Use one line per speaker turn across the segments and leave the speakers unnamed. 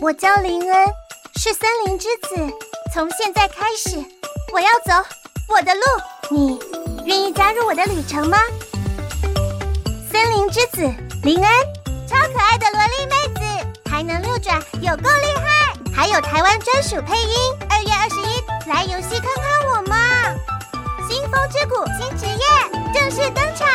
我叫林恩，是森林之子。从现在开始，我要走我的路。你愿意加入我的旅程吗？森林之子林恩，超可爱的萝莉妹子，还能六转，有够厉害！还有台湾专属配音。二月二十一，来游戏看看我嘛！新风之谷新职业正式登场。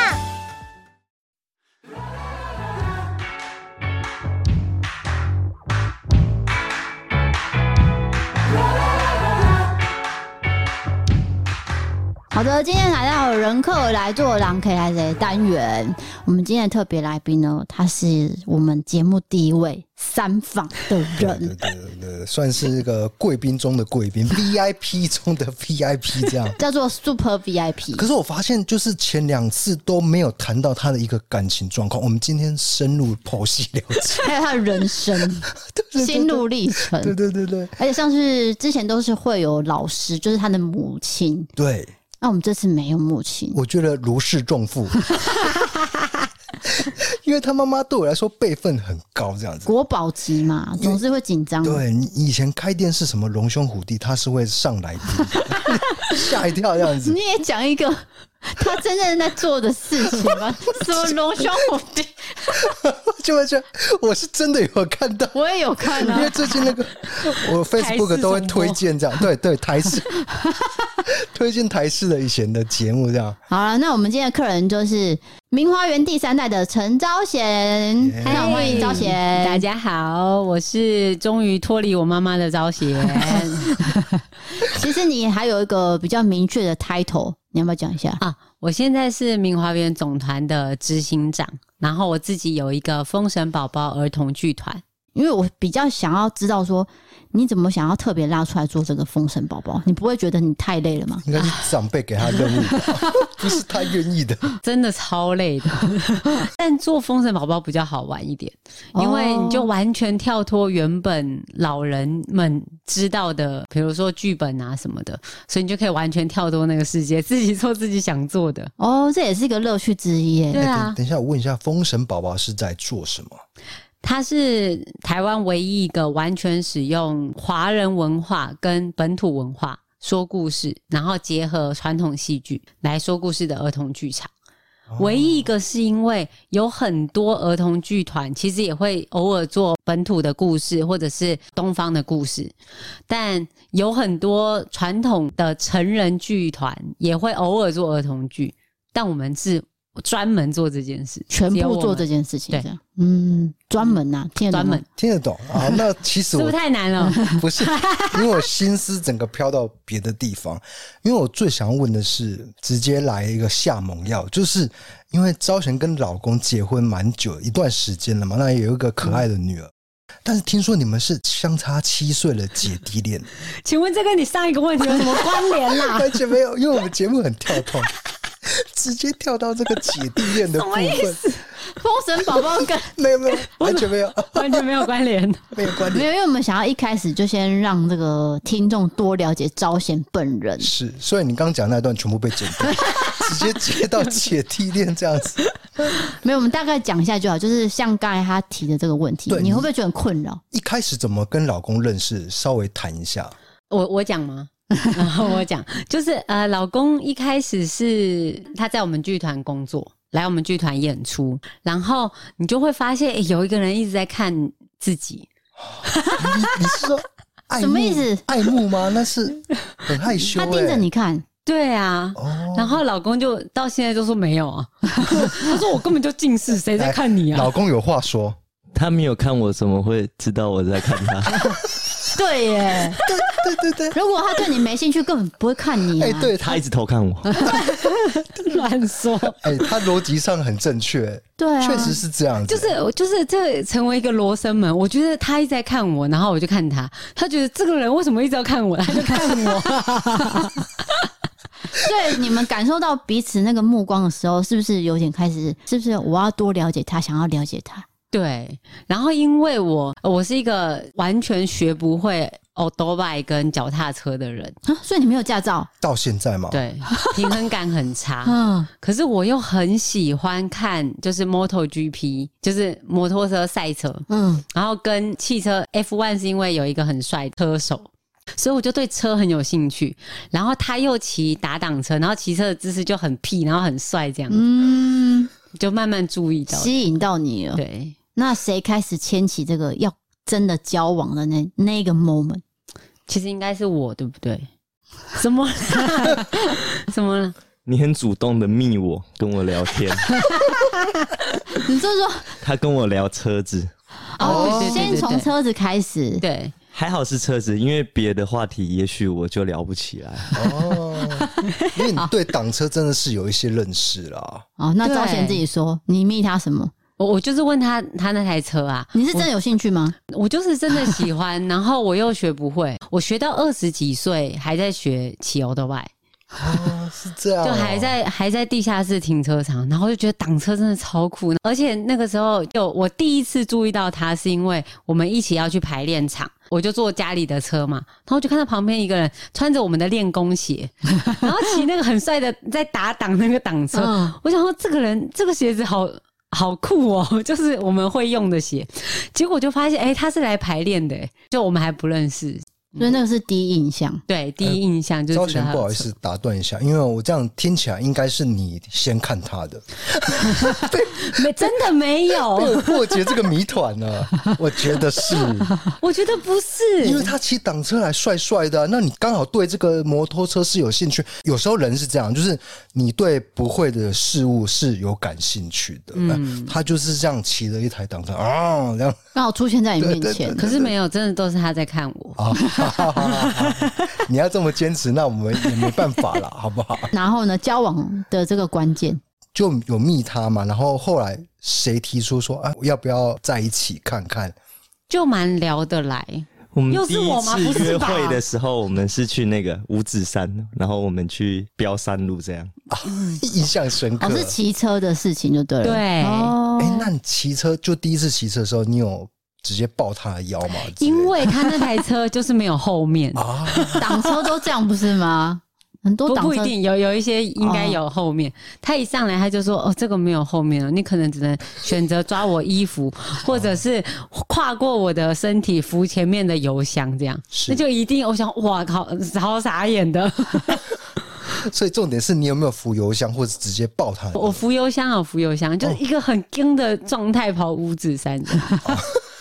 好的，今天来到人客来做狼 K 来的单元，我们今天的特别来宾呢，他是我们节目第一位三访的
对
人。
对对对，算是一个贵宾中的贵宾，VIP 中的 VIP 这样。
叫做 Super VIP，
可是我发现，就是前两次都没有谈到他的一个感情状况，我们今天深入剖析了 解。
还有他的人生心路历
对
程，
对对对
而且像是之前都是会有老师，就是他的母亲，
对，
那我们这次没有母亲，
我觉得如释重负，因为他妈妈对我来说辈分很高，这样子。
国宝级嘛，总是会紧张。
对你以前开店是什么龙兄虎弟，他是会上来的，吓一跳这样子
你。也讲一个他真正在做的事情 吧，什么龙兄虎弟，
就会觉得我是真的有看到，
我也有看
因为
啊。
最近那 个我 Facebook 都会推荐这样，对对台式， 推荐台式的以前的节目这样。
好了，那我们今天的客人就是明花园第三代的陈昭贤，那我欢迎昭贤。
大家好，我是终于脱离我妈妈的招 贤。
其实你还有一个比较明确的 title，你要不要讲一下？
啊，我现在是明华园总团的执行长，然后我自己有一个《封神宝宝》儿童剧团。
因为我比较想要知道说，你怎么想要特别拉出来做这个《封神宝宝》？你不会觉得你太累了吗？
应该
啊
是长辈给他任务 吧，不是他愿意的。
真的超累 的，但做《封神宝宝》比较好玩一点，因为你就完全跳脱原本老人们知道的，比如说剧本啊什么的，所以你就可以完全跳脱那个世界，自己做自己想做的。
哦，这也是一个乐趣之一耶。
对啊
等，等一下，我问一下，《封神宝宝》是在做什么？
它是台湾唯一一个完全使用华人文化跟本土文化说故事，然后结合传统戏剧来说故事的儿童剧场。唯一一个是因为有很多儿童剧团其实也会偶尔做本土的故事或者是东方的故事，但有很多传统的成人剧团也会偶尔做儿童剧，但我们是专门做这件事，
全
只有我
部
们
做这件事情，
对
这样，嗯，专门呐、听得懂
专
吗
门，
听得懂啊？那其实
是不
我
是太难了？
不是，因为我心思整个飘到别的地方。因为我最想要问的是，直接来一个下猛药，就是因为招贤跟老公结婚蛮久一段时间了嘛，那也有一个可爱的女儿。但是听说你们是相差七岁的姐弟恋，
请问这跟你上一个问题有什么关联啊 啦？
完全没有，因为我们节目很跳痛，直接跳到这个姐弟恋的部分，
封神宝宝跟
没有没有，完全没有，啊
完全没有关联。
没有关
没
联。
有，因为我们想要一开始就先让这个听众多了解招贤本人。
是，所以你刚刚讲那段全部被剪掉，直接接到姐弟恋这样子。
没有，我们大概讲一下就好。就是像刚才他提的这个问题，
对
你会不会觉得很困扰？
一开始怎么跟老公认识？稍微谈 一下。
我我讲 吗？然后我讲，就是呃，老公一开始是他在我们剧团工作，来我们剧团演出，然后你就会发现、诶哎有一个人一直在看自己，
你你是说爱慕
什么意思？
爱慕吗？那是很害羞、欸。
他盯着你看，
对啊。
哦，
然后老公就到现在就说没有啊，他 说我根本就近视，谁在看你啊
老？公有话说。
他没有看我，怎么会知道我在看 他？
对耶。
对对对，
如果他对你没兴趣，根本不会看你啊。
哎、对他
他一直偷看我，
乱说，
哎、他逻辑上很正确，欸
对啊，
确、实是这样子。欸
就是我就是这成为一个罗生门，我觉得他一直在看我，然后我就看他，他觉得这个人为什么一直要看我，他就看 我，
对你们感受到彼此那个目光的时候，是不是有点开始？是不是我要多了解他，想要了解他？
对。然后因为我我是一个完全学不会哦多拜跟脚踏车的人，
啊，所以你没有驾照？
到现在嘛，
对，平衡感很 差。
嗯，
可是我又很喜欢看，就是 MotoGP，就是摩托车赛车，
嗯，
然后跟汽车 F1 是因为有一个很帅的车手，所以我就对车很有兴趣。然后他又骑打挡车，然后骑车的姿势就很屁，然后很帅，这样、
嗯，
就慢慢注意到。
吸引到你了。
对，
那谁开始牵起这个要真的交往的那那个 moment？
其实应该是我，对不 对？怎么了？怎么了？
你很主动的密我，跟我聊天，
你就说
他跟我聊车子，
哦对对对
先
对
从车子开始，
对，
还好是车子，因为别的话题也许我就聊不起来。
哦，因为你对挡车真的是有一些认识啦。
哦，那
对
招贤自己说，你密他什么？
我我就是问他他那台车啊，
你是真的有兴趣吗？
我就是真的喜欢，然后我又学不会，我学到二十几岁还在学骑 o l 外，
哦，是这样哦、
就还在还在地下室停车场，然后就觉得挡车真的超酷，而且那个时候就我第一次注意到他，是因为我们一起要去排练场。我就坐家里的车嘛，然后就看到旁边一个人穿着我们的练功 鞋，然后骑那个很帅的在打挡那个挡车，
嗯，
我想说这个人这个鞋子好好酷哦， 就是我们会用的鞋。结果就发现，哎、他是来排练的，诶欸就我们还不认识。
所以那个是第一印象。
对，第一印象就
呃招
知道
贤
他有
不好意
车
思打断一下，因为我这样听起来应该是你先看他的，
没真的没
哦
被
有，
我哎破解这个谜团呢、我觉得是，
我觉得不是，
因为他骑挡车来帅帅的啊、那你刚好对这个摩托车是有兴趣。有时候人是这样，就是你对不会的事物是有感兴趣的。嗯，他就是这样骑了一台挡车啊， 这样
刚好出现在你面
对对
前
对，
可是没有，真的都是他在看我。
啊，哈哈哈哈你要这么坚持，那我们也没办法了，好不好？
然后呢，交往的这个关键，
就有密他嘛，然后后来谁提出说啊，要不要在一起看看？
就蛮聊得来，
我们
又
第
是我吗
一
不
次
是
约
吧
会的时候，我们是去那个五指山，然后我们去标山路这样。
印象深刻。
哦，是骑车的事情就对了。
对
哦
哎、那你骑车就第一次骑车的时候，你有直接抱他的腰吗？
因为他那台车就是没有后面，
啊，
挡车都这样不是吗？很多
不
挡
不一
车
定有有一些应该有后面。他一上来他就说：“哦，这个没有后面了，你可能只能选择抓我衣服，或者是跨过我的身体扶前面的油箱，这样。”
是
那就一定，我想，哇靠，超傻眼的。
所以重点是你有没有扶油箱，或者直接抱他的腰？
我扶油箱啊，扶油箱，就是一个很惊的状态跑五指山 这样。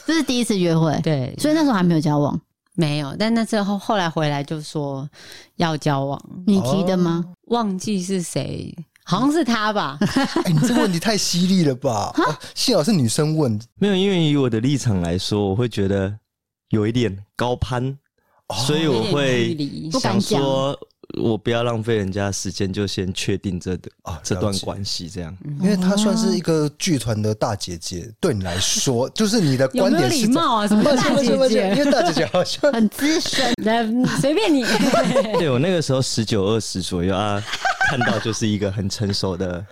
这是第一次约会，
对，
所以那时候还没有交往。
没有。但那之后后来回来就说要交往，
你提的
哦
吗？
忘记是谁，好像是他吧。
哎、你这个问题太犀利了吧！哦幸好是女生问
没有，因为以我的立场来说，我会觉得有一点高攀，所以我
哦有点
会
距离
不敢
想
讲
说，我不要浪费人家的时间，就先确定这的、
哦
啊
这
了
段
解
关系这样。
因为她算是一个剧团的大姐姐，对你来说，就是你的
有
观
没有
点是
礼
这
貌啊？什么
抱
大
歉抱
姐
歉抱歉，
姐？
因为大姐姐好像
很资深，
来，随便你。
对我那个时候十九二十左右啊，看到就是一个很成熟的，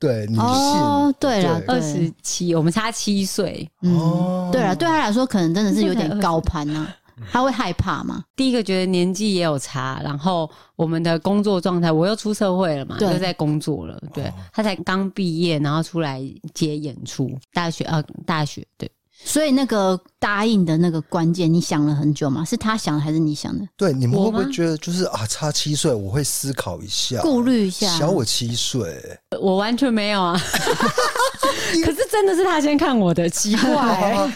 对女性
哦对啦
二十七，我们差七岁。
哦
嗯，对了，对他来说可能真的是有点高攀啊，他会害怕嘛？
第一个觉得年纪也有差，然后我们的工作状态，我又出社会了嘛，
对
又在工作了。
哦
对他才刚毕业，然后出来接演出，大学啊，大学对，
所以那个答应的那个关键，你想了很久吗？是他想的还是你想的？
对，你们
我
会不会
吗
觉得就是啊，差七岁，我会思考一下，
顾虑一下，
小我七岁，
我完全没有啊。可是真的是他先看我的，奇怪、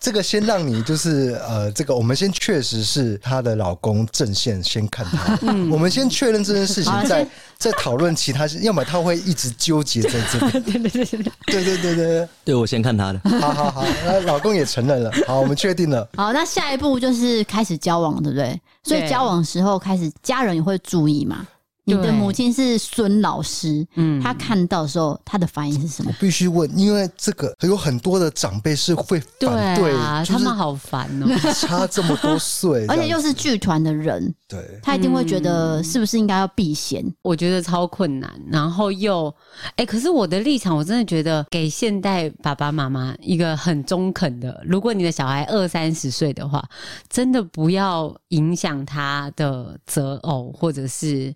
这个先让你就是呃，这个我们先确实是她的老公正线先看她，我们先确认这件事情
好，
再
先
再讨论其他事，要么他会一直纠结在这边。
对对对对，
对对对对，
对我先看他的。
对好好好，那老公也承认了，好，我们确定了。
好，那下一步就是开始交往，对不对？所以
对
交往时候开始，家人也会注意嘛。你的
对
母亲是孙老师，
嗯
她看到的时候，她的反应是什么？
必须问，因为这个有很多的长辈是会
对
反对，
啊，
就
他
是
们好烦哦、
差这么多 岁这样子，
而且又是剧团的人，
对，
她一定会觉
嗯
得是不是应该要避嫌？
我觉得超困难，然后又，哎、可是我的立场，我真的觉得给现代爸爸妈妈一个很中肯的，如果你的小孩二三十岁的话，真的不要影响他的择偶，或者是，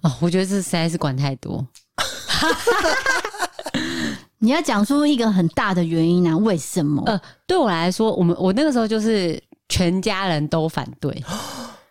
哦，我觉得这实在是管太多。
你要讲出一个很大的原因啊，为什么？
呃，对我来说，我们我那个时候就是全家人都反对，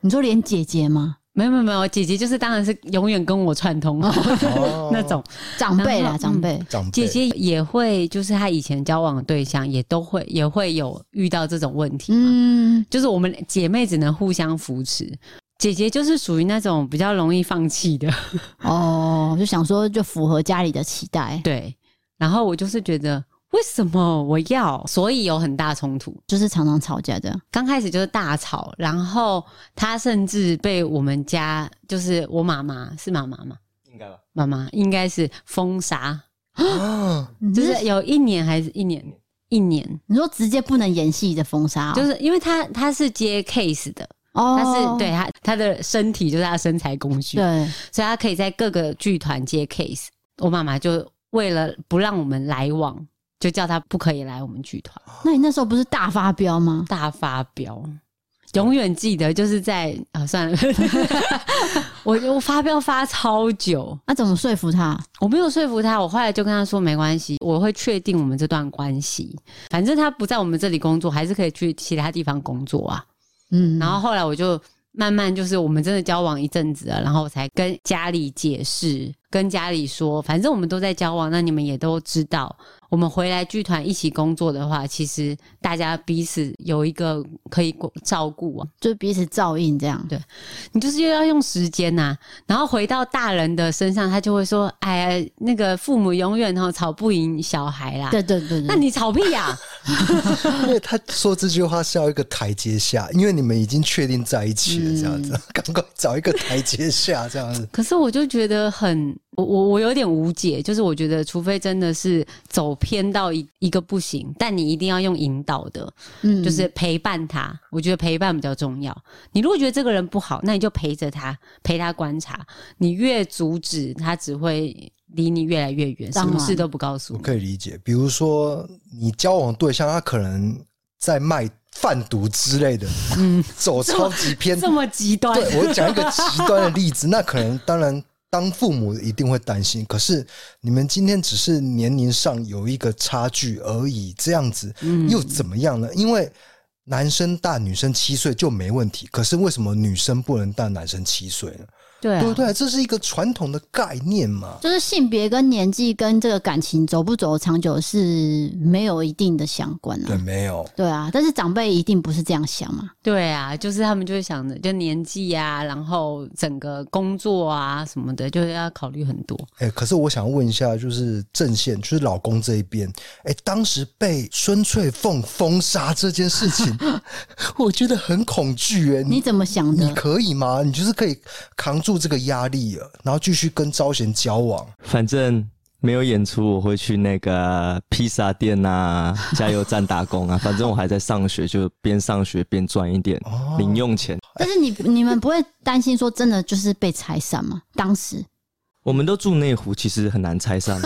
你说连姐姐吗？
没有没有没有，姐姐就是当然是永远跟我串通、
哦
那种。
长辈啦，
然后嗯
长辈，
长辈
姐姐也会，就是她以前交往的对象也都会也会有遇到这种问题，
嗯，
就是我们姐妹只能互相扶持。姐姐就是属于那种比较容易放弃的，
哦，就想说就符合家里的期待，
对。然后我就是觉得，为什么我要？所以有很大冲突。
就是常常吵架的。
刚开始就是大吵，然后她甚至被我们家，就是我妈妈是妈妈嘛，
应该吧？
妈妈应该是封杀，
啊，
你
就是是有一年还是一年，一年，
你说直接不能演戏的封杀哦，
就是因为她她是接 case 的，
哦，
他是对他他的身体就是他的身材工具，
对，
所以他可以在各个剧团接 case。我妈妈就为了不让我们来往，就叫他不可以来我们剧团，
那你那时候不是大发飙吗？
大发飙。永远记得，就是在啊，算 了， 我我发飙发超久，
那、怎么说服他？
我没有说服他，我后来就跟他说没关系，我会确定我们这段关系，反正他不在我们这里工作，还是可以去其他地方工作啊。
嗯，
然后后来我就慢慢就是我们真的交往一阵子了，然后我才跟家里解释，跟家里说，反正我们都在交往，那你们也都知道，我们回来剧团一起工作的话，其实大家彼此有一个可以照顾啊，
就彼此照应这样。
对你就是又要用时间呐、然后回到大人的身上，他就会说，哎呀，那个父母永远哦吵不赢小孩啦。
对对对对，
那你吵屁呀、
因为他说这句话是要一个台阶下，因为你们已经确定在一起了，这样
嗯
子，赶、快找一个台阶下，这样子。
可是我就觉得很，我我我有点无解，就是我觉得，除非真的是走偏到一一个不行，但你一定要用引导的，
嗯
就是陪伴他。我觉得陪伴比较重要。你如果觉得这个人不好，那你就陪着他，陪他观察。你越阻止他，只会离你越来越远，
当
什
然
么事都不告诉
我
你。
可以理解，比如说你交往对象，他可能在卖贩毒之类的，嗯，走超级偏。
这么极端，
对我讲一个极端的例子，那可能当然当父母一定会担心，可是你们今天只是年龄上有一个差距而已，这样子
嗯
又怎么样呢？因为男生大女生七岁就没问题，可是为什么女生不能大男生七岁呢？
对啊
对不对？这是一个传统的概念嘛。
就是性别跟年纪跟这个感情走不走长久是没有一定的相关
对，
啊。
没有。
对啊，但是长辈一定不是这样想嘛。
对啊，就是他们就会想着，就年纪啊，然后整个工作啊什么的，就是要考虑很多。
哎、可是我想问一下，就是阵线，就是老公这一边，哎、当时被孙翠凤封杀这件事 情，我觉得很恐惧哎、
你怎么想
你
的？
可以吗？你就是可以扛住这个压力了，然后继续跟招贤交往。
反正没有演出，我会去那个披萨店啊、加油站打工啊。反正我还在上学，就边上学边赚一点零用钱。
但是你你们不会担心说真的就是被拆散吗？当时
我们都住内湖，其实很难拆散。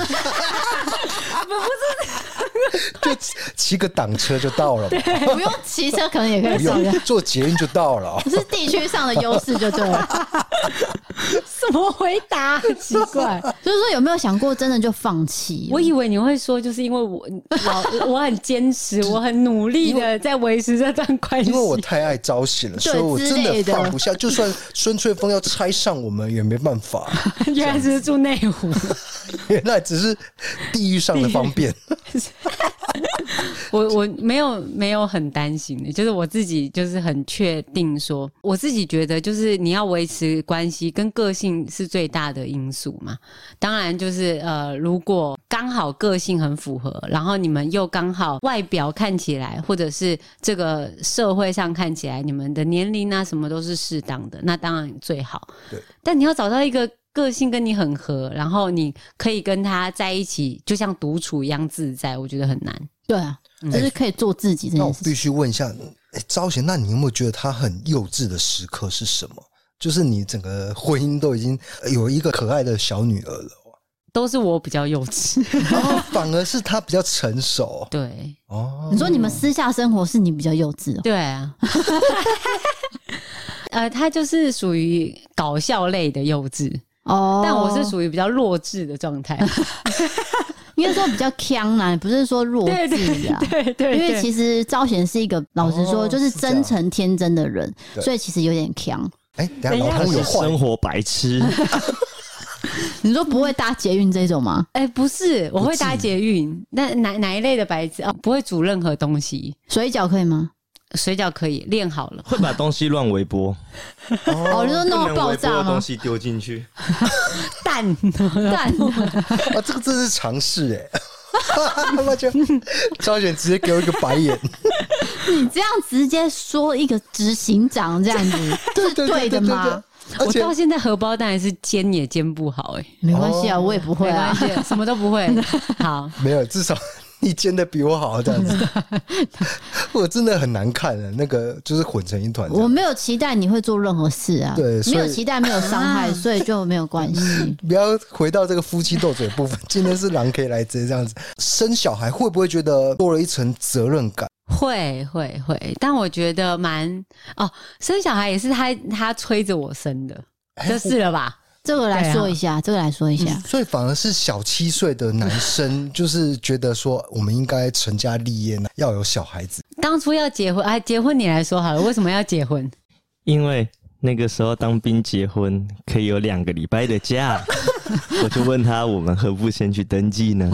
就骑个挡车就到 了嘛，
不用骑车可能也可
不
以走
用
的，
坐捷运就 到了。
是地区上的优势就对 了。
什么回答？奇怪，
就是说有没有想过真的就放弃？
我以为你会说，就是因为我 老我很坚持，我很努力的在维持这段关系
因为。我太爱招贤了，
对
所以我真
之类
的
的
放不下。就算孙翠凤要拆散我们，也没办 法。
原来只是住内湖，
原来只是地域上的方便。
我我没有没有很担心的，就是我自己就是很确定说，我自己觉得就是你要维持关系跟个性是最大的因素嘛。当然就是呃，如果刚好个性很符合，然后你们又刚好外表看起来，或者是这个社会上看起来，你们的年龄啊什么都是适当的，那当然最好。
对，
但你要找到一个个性跟你很合，然后你可以跟他在一起，就像独处一样自在，我觉得很难。
对啊，就是可以做自己这
那我
件事
必
情。
须问一下，哎，招贤，那你有没有觉得他很幼稚的时刻是什么？就是你整个婚姻都已经有一个可爱的小女儿了，
都是我比较 幼稚，
然后反而是他比较成熟
对
哦。
你说你们私下生活是你比较幼稚、哦，
对啊。 呃，他就是属于搞笑类的幼稚，
哦
但我是属于比较弱智的状 态。
应该说比较强 啦，不是说弱
对
智啊。
对对对，
因为其实赵贤是一个老实说
哦
就是
是这样
真诚天真的人，
对
所以其实有点强。
哎，等一下
等一
老
下
他
公有
是
坏
生活白痴，
你说不会搭捷运这种吗？
哎、不是，我会搭捷运。那哪哪一类的白痴哦，不会煮任何东西，
水饺可以 吗？
水饺可以练好 了。
会把东西乱微波，
哦，你说弄到
不能
爆
微波
炸
的
吗
东？西丢进去，
蛋
蛋，
啊，这个真是尝试哎。 我就招贤直接给我一个白眼，
你这样直接说一个执行长这 样子是对的吗？？
而
我
且
到现在荷包蛋还是煎也煎不好、哎，
没关系啊，我也不会
没
啊
关。系，什么都 不会。好，
没有，至少你煎的比我好这样子。我真的很难看的，那个就是混成一团这
我
样。
没有期待你会做任何事啊，
对所以
没有期待，没有伤害，所以就没有关 系。
不要回到这个夫妻斗嘴部分，今天是狼可以来直接这样子。生小孩会不会觉得多了一层责任感？
会会会，但我觉得蛮哦，生小孩也是他他催着我生的，
哎
就是了吧？
这个来说一下，这个来说一下，
所以反而是小七岁的男生，就是觉得说我们应该成家立业呢，要有小孩子。
当初要结婚，哎，结婚你来说好了，为什么要结婚？
因为那个时候当兵结婚可以有两个礼拜的 假，我就问他我们何不先去登记呢？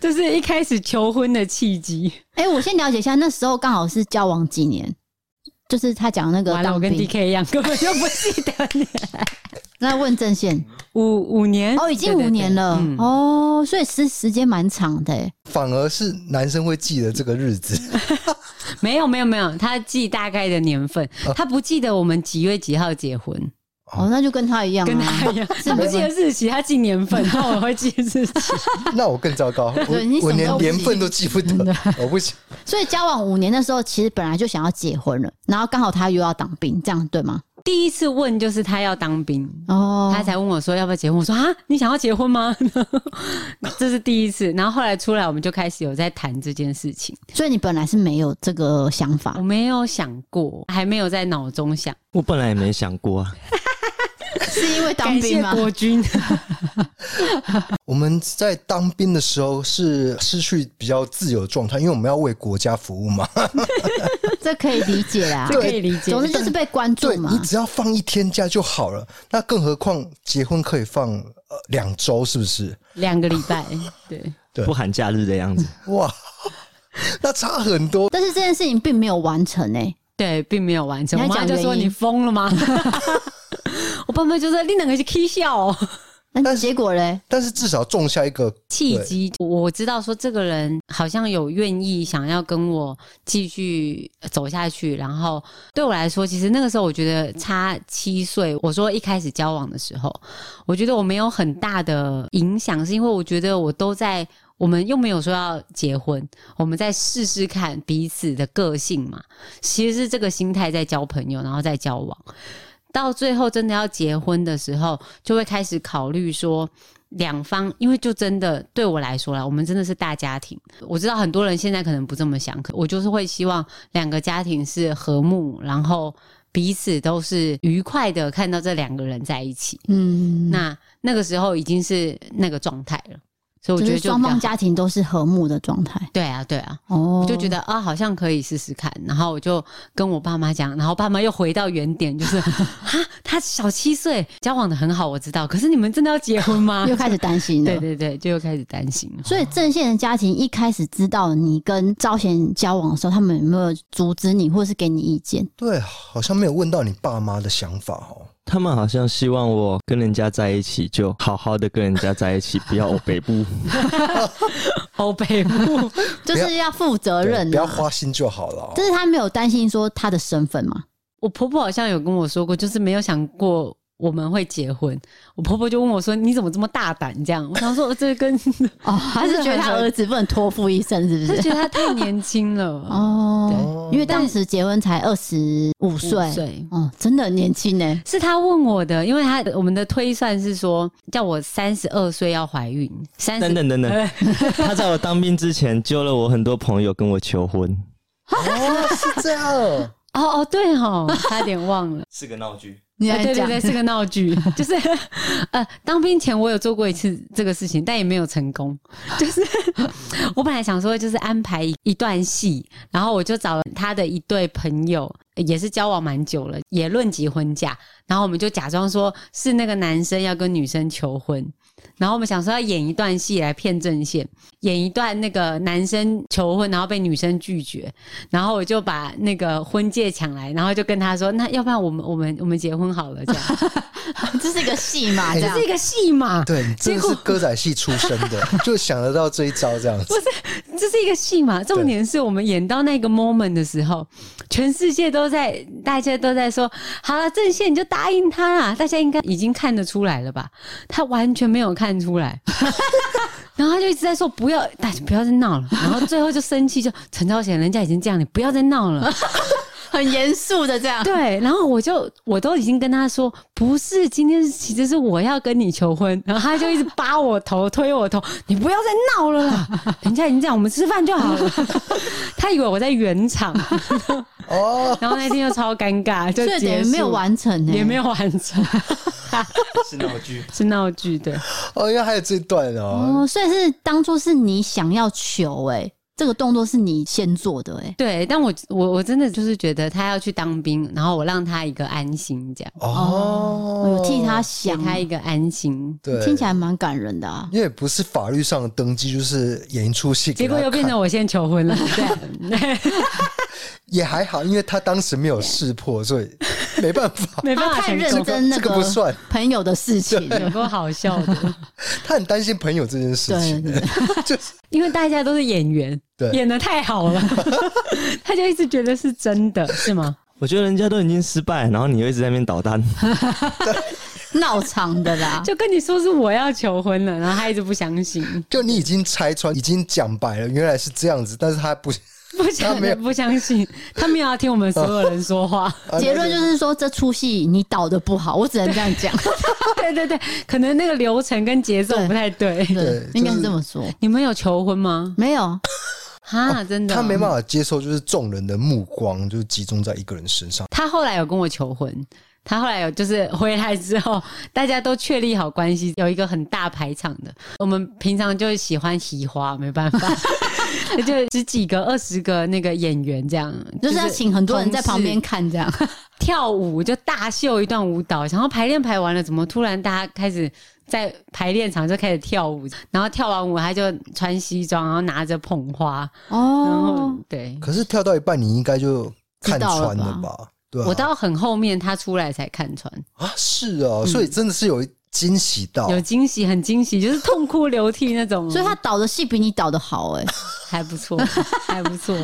就是一开始求婚的契机。
哎、我先了解一下，那时候刚好是交往几年，就是他讲那个
完了，我
当
跟
兵，
DK 一样，根本就不记得你。
那问郑宪，
五五年
哦，已经
对对
五年
对
了，
嗯
哦，所以时时间蛮长的、欸，
反而是男生会记得这个日子，
没有没有没有，他记大概的年份，他不记得我们几月几号结婚，
哦，那就跟他一样、啊，
跟他一样，他不记得日期，他记年 份，那我会记日期。
那我更糟糕，
对你
我
什么都
我
不记嗯
连年份都记 不得，我不行。
所以交往五年的时候，其实本来就想要结婚了，然后刚好他又要当兵，这样对吗？
第一次问就是他要当兵，
哦，
他才问我说要不要结婚，我说啊，你想要结婚吗？ 这是第一次，然后后来出来我们就开始有在谈这件事情，
所以你本来是没有这个想法
我，没有想过，还没有在脑中想。
我本来也没想过啊，
是因为当
感
兵
谢
吗？
国军，
我们在当兵的时候是失去比较自由的状态，因为我们要为国家服 务嘛。
这可以理解啦。
这可以理解
总。之就是被关注
对
嘛
你。只要放一天假就好了，那更何况结婚可以放呃两周，是不是？
两个礼 拜，对。
对
不含假日的样子。
哇， 那差很多。
但是这件事情并没有完成欸诶、
对，并没有完成。
你
我
要
妈
讲
就
原
说
因
你疯了吗？ 我爸妈就说你两个是 K 笑、哦、
那结果嘞？
但是至少种下一个
契机。我知道说这个人好像有愿意想要跟我继续走下去，然后对我来说，其实那个时候我觉得差七岁。我说一开始交往的时候，我觉得我没有很大的影响，是因为我觉得我都在。我们又没有说要结婚，我们再试试看彼此的个性嘛。其实是这个心态在交朋友，然后再交往。到最后真的要结婚的时候，就会开始考虑说。两方，因为就真的对我来说啦，我们真的是大家庭。我知道很多人现在可能不这么想，可我就是会希望两个家庭是和睦，然后彼此都是愉快的看到这两个人在一起。
嗯，
那那个时候已经是那个状态了，所以我
就
觉
是
得就
双
比较
方
好
家庭都是和睦的状态。
对啊，对啊，
哦？
我就觉得啊，好像可以试试看。然后我就跟我爸妈讲，然后爸妈又回到原点，就是 啊，他小七岁，交往的很好，我知道。可是你们真的要结婚吗
又开始担心了。
啊对对对，就又开始担心哦了。
所 以郑宪的家庭一开始知道你跟赵贤交往的时候，他们有没有阻止你，或是给你意见？
对，好像没有问到你爸妈的想法哦。
他们好像希望我跟人家在一起，就好好的跟人家在 一起，不要欧北部。
欧北 部
就是要负责
对
任、啊，
不要花心就好 了哦、
但是他没有担心说他的身份嘛？
我婆婆好像有跟我说过，就是没有想过我们会结婚。我婆婆就问我说：“你怎么这么大胆？”这样，我想说这跟 她
哦，他是觉得他儿子不能托付一生，是不是？
觉得她太年轻 了，
哦，因为当时结婚才二十五
五
岁，
岁。
哦，真的很年轻呢。
是她问我的，因为她我们的推算是说叫我三十二岁要怀孕，三
等
十
等等等，他在我当兵之前救了我很多朋友跟我求婚，
哦，是这样哦，
哦哦对哦，差点忘了。
是个闹剧。
你
啊
来
对对
讲，
对，是个 闹剧，就是呃，当兵前我有做过一次这个事情，但也没有成功。 就是我本来想说，就是安排一一段戏，然后我就找了他的一对朋友，也是交往蛮久了，也论及婚嫁，然后我们就假装说是那个男生要跟女生求婚，然后我们想说要演一段戏来骗阵线，演一段那个男生求婚，然后被女生拒绝，然后我就把那个婚戒抢来，然后就跟他说，那要不然我们我们我们结婚好了，这样
这是一个戏嘛，哎这
这
样
是一个戏嘛，
对，你真的是歌仔戏出身的，就想得到这一招这样子。
这是一个戏嘛。重点是我们演到那个 moment 的时候，全世界都在，大家都在说，好了，郑宪你就答应他啦，大家应该已经看得出来了吧？ 他完全没有看出来。 然后他就一直在说不要，大家不要再闹了。然后最后就生气，就陈昭贤，人家已经这样，你不要再闹了。
很严肃的这样。
对，然后我就我都已经跟他说，不是，今天其实是我要跟你求婚，然后他就一直扒我头，推我头，你不要再闹了 啦，人家已经这样，我们吃饭就好了。 他以为我在圆场，
哦，
然后那天就超尴 尬，就
所以
结
等于
束
没有，完成呢，
也没有完成，
是闹剧。
是闹剧对。
哦，原来还有这段哦。
哦，所以是当初是你想要求哎、这个动作是你先做的哎、
对，但我我我真的就是觉得他要去当兵，然后我让他一个安心，这样
哦，
我有替他
给
想，
他一个安心。
对，
听起来蛮感人的啊。
因为不是法律上的登记，就是演一出戏给
结
他看，
果又变成我先求 婚了，
啊
对，。
也还好，因为他当时没有识破，所以没办法
没办
他
法
太
成
认
功，
真那
这个不算
朋友的事情了，
有够好笑的。
他很担心朋友这件事
对
情，
对，
因为大家都是演员，
对
演的太 好了，他就一直觉得是真的，是吗？
我觉得人家都已经失败，然后你又一直在那边捣 蛋。
闹场的啦。
就跟你说是我要求婚了，然后他一直不相信，
就你已经拆穿，已经讲白了，原来是这样子，但是他不，
不相
没有
不相信，他没有要听我们所有人说 话。
结论就是说，这出戏你导的不好，我只能这样讲。
对对对，可能那个流程跟节奏
对
不太对。
对，应该
就是
是这么说。
你们有求婚吗？
没有，
哈，真的哦、
他没办法接受，就是众人的目光就集中在一个人身上。
他后来有跟我求婚，他后来有就是回来之后， 大家都确立好关系，有一个很大排场的。我们平常就喜欢喜花，没 办法，就十几个、二十个那个演员这样，
就是要请很多人在旁边
同事
看这样。
跳舞，就大秀一段舞蹈。然后排练排完了，怎么突然大家开始？在排练场就开始跳舞，然后跳完舞他就穿西装，然后拿着捧花，然后、
哦，
对
可是跳到一半，你应该就看穿
知道
了
了
吧？对啊，
我到很后面他出来才看穿，
啊是哦，所以真的是有惊喜到，
有惊喜，很惊喜，就是痛哭流涕那种哦。
所以他导的戏比你导的好哎。
还不错，还不错。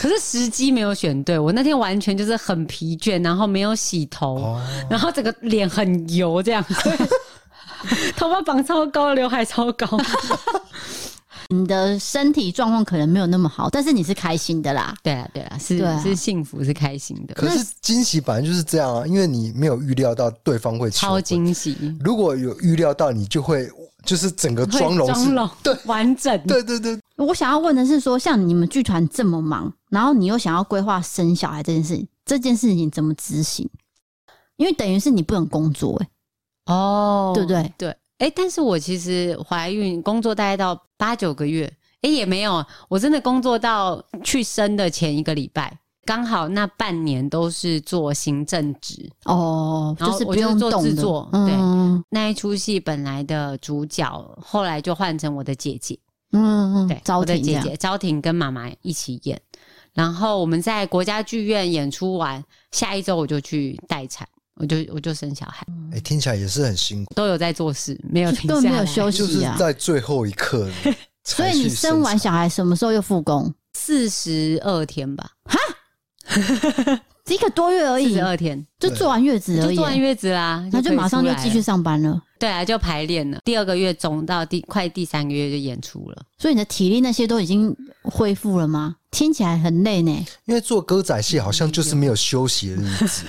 可是时机没有选对，我那天完全就是很疲倦，然后没有洗头，然后整个脸很油，这样，所以头发绑超高，刘海超高。
你的身体状况可能没有那么好，但是你是开心的啦。
对啊，对啊，是
对啊
是幸福，是开心的，
可是惊喜本来就是这样啊，因为你没有预料到对方会求
超
婚
惊喜，
如果有预料到，你就会就是整个妆容
会
是
妆容
对
完整，
对对对，
我想要问的是说，像你们剧团这么忙，然后你又想要规划生小孩这件事情，这件事情怎么执行？因为等于是你不能工作、欸，
哦
对不对？
对，哎、但是我其实怀孕工作大概到八九个月，哎、也没有，我真的工作到去生的前一个礼拜，刚好那半年都是做行政职。
哦，
然
就
后
是
我
不
就是
用
做
动
制
的
作对
嗯
那一出戏本来的主角后来就换成我的姐姐，
嗯嗯
对
嗯，，招
我的
婷这
姐
样
姐昭婷跟妈妈一起演。然后我们在国家剧院演出完，下一周我就去待产，我就我就生小孩，
哎、听起来也是很辛苦，
都有在做事，没有停
都
下
没有
来。
休
就是
息啊。
在最后一刻，
所以你生完小孩什么时候又复工？
四十二天吧，
一个多月而
四
已
十，二天
就做完月子而
就
已，
做完月子啦，
然后就
可以
马上就
出来
继续
了
上班了。
对啊，就排练了。第二个月总到第快第三个月就演出了，
所以你的体力那些都已经恢复了吗？听起来很累呢。
因为做歌仔戏好像就是没有休息的日子，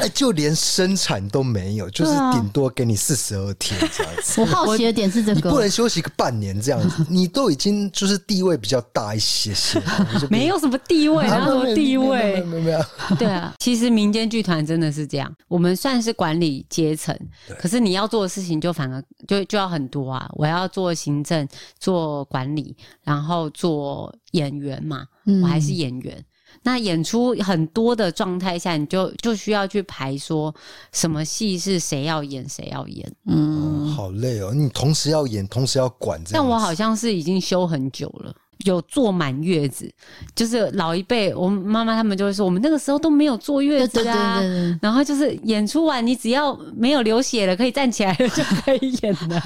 哎，就连生产都没有，就是
对啊
顶多给你四十二天这样子。
我好奇的点是这
你不
个，
能休息个半年这样子，你都已经就是地位比较大一些些了，你就不
没有什么地位，哪有什么地
没
位？
有没有没有没有没有没有。
对啊，其实民间剧团真的是这样，我们算是管理阶层，可是你要做的事情就反而就就要很多啊。我要做行政，做管理，然后做演员嘛，
嗯
我还是演员。那演出很多的状态下，你就就需要去排说什么戏是谁要演，谁要演。
嗯，
好累哦！你同时要演，同时要管这样子。
但我好像是已经休很久了。有坐满月子，就是老一辈，我妈妈他们就会说，我们那个时候都没有坐月
对
子
对对
啊，
对对，
然后就是演出完，你只要没有流血了，可以站起来了就可以演了。